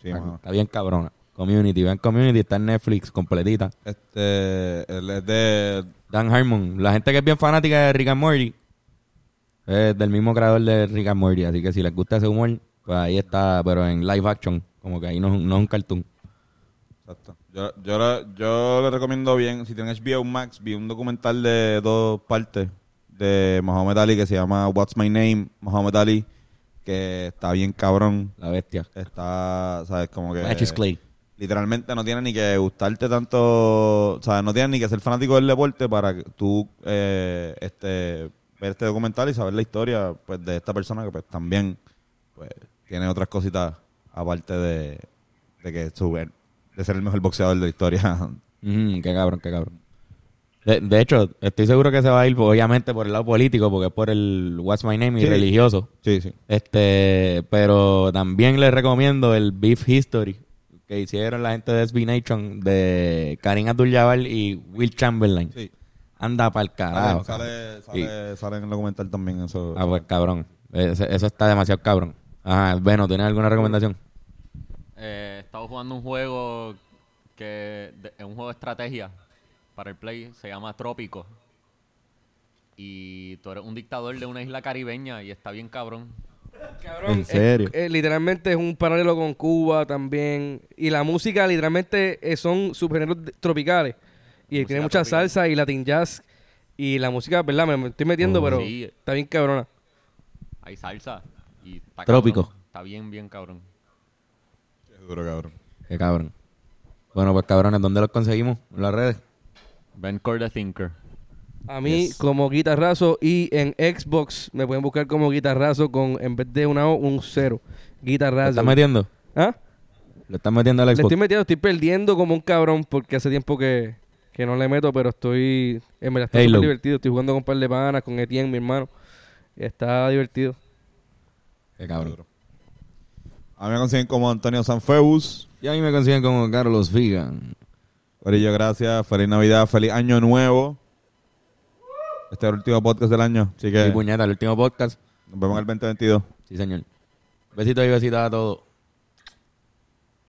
B: Sí,
A: está,
B: mano.
A: está bien cabrona. Community, vean Community, está en Netflix completita.
B: Este. Él es de.
A: Dan Harmon, la gente que es bien fanática de Rick and Morty, es del mismo creador de Rick and Morty, así que si les gusta ese humor, pues ahí está, pero en live action, como que ahí no, es un- no es un cartoon.
B: Exacto. Yo, yo, la- yo le recomiendo bien. Si tienen HBO Max, vi un documental de dos partes de Muhammad Ali que se llama What's My Name, Muhammad Ali, que está bien cabrón.
A: La bestia.
B: Está, ¿sabes? Como que.
A: Cassius Clay.
B: literalmente no tiene ni que gustarte tanto, o sea, no tienes ni que ser fanático del deporte para que tú eh, este, ver este documental y saber la historia pues, de esta persona que pues también pues, tiene otras cositas aparte de, de que su- de ser el mejor boxeador de la historia.
A: Mm, qué cabrón, qué cabrón. De, de hecho, estoy seguro que se va a ir, obviamente, por el lado político, porque es por el What's My Name y
B: Sí.
A: religioso.
B: sí, sí.
A: Este, pero también les recomiendo el Beef History que hicieron la gente de SB Nation de Karim Abdul-Jabbar y Will Chamberlain.
B: Sí. Ah,
A: Anda pa'l
B: Sale,
A: carajo.
B: sale,
A: cabrón. Y-
B: sale- sale en el documental también eso.
A: Ah, pues cabrón. Ese- eso está demasiado cabrón. Ajá, bueno, ¿tienes alguna recomendación?
D: Eh, estaba jugando un juego que de- es un juego de estrategia para el play, se llama Trópico. Y tú eres un dictador de una isla caribeña y está bien cabrón.
C: Cabrón,
A: ¿En
C: es-
A: serio?
C: eh, literalmente es un paralelo con Cuba también. Y la música, literalmente, eh, son subgéneros de- tropicales. Y
D: Música
C: tiene mucha
D: tropical.
C: salsa y latin jazz. Y la música, ¿verdad? Me, me estoy metiendo, pero
D: Sí.
C: está bien cabrona.
D: Hay salsa y está
A: Trópico.
D: cabrón. Está bien, bien cabrón.
B: Qué duro, cabrón.
A: Qué cabrón. Bueno, pues cabrones, ¿dónde los conseguimos? En las redes.
D: Ben Core the Thinker.
C: A mí, como guitarrazo, y en Xbox me pueden buscar como guitarrazo con, en vez de una O, un cero.
A: ¿Le
C: Guitarrazo.
A: estás metiendo?
C: ¿Ah?
A: ¿Le estás metiendo al
C: Le
A: Xbox?
C: estoy metiendo, estoy perdiendo como un cabrón porque hace tiempo que, que no le meto, pero estoy. En verdad está
A: Halo.
C: súper divertido. Estoy jugando con un par de panas, con Etienne, mi hermano. Y está divertido.
A: Qué cabrón.
B: A mí me consiguen como Antonio Sanfeus.
A: Y a mí me consiguen como Carlos Vigan.
B: Corillo, gracias. Feliz Navidad, feliz Año Nuevo. Este es el último podcast del año, así que
A: Y puñeta, el último podcast.
B: nos vemos en el 2022.
A: Sí, señor. Besitos y besitas a todos.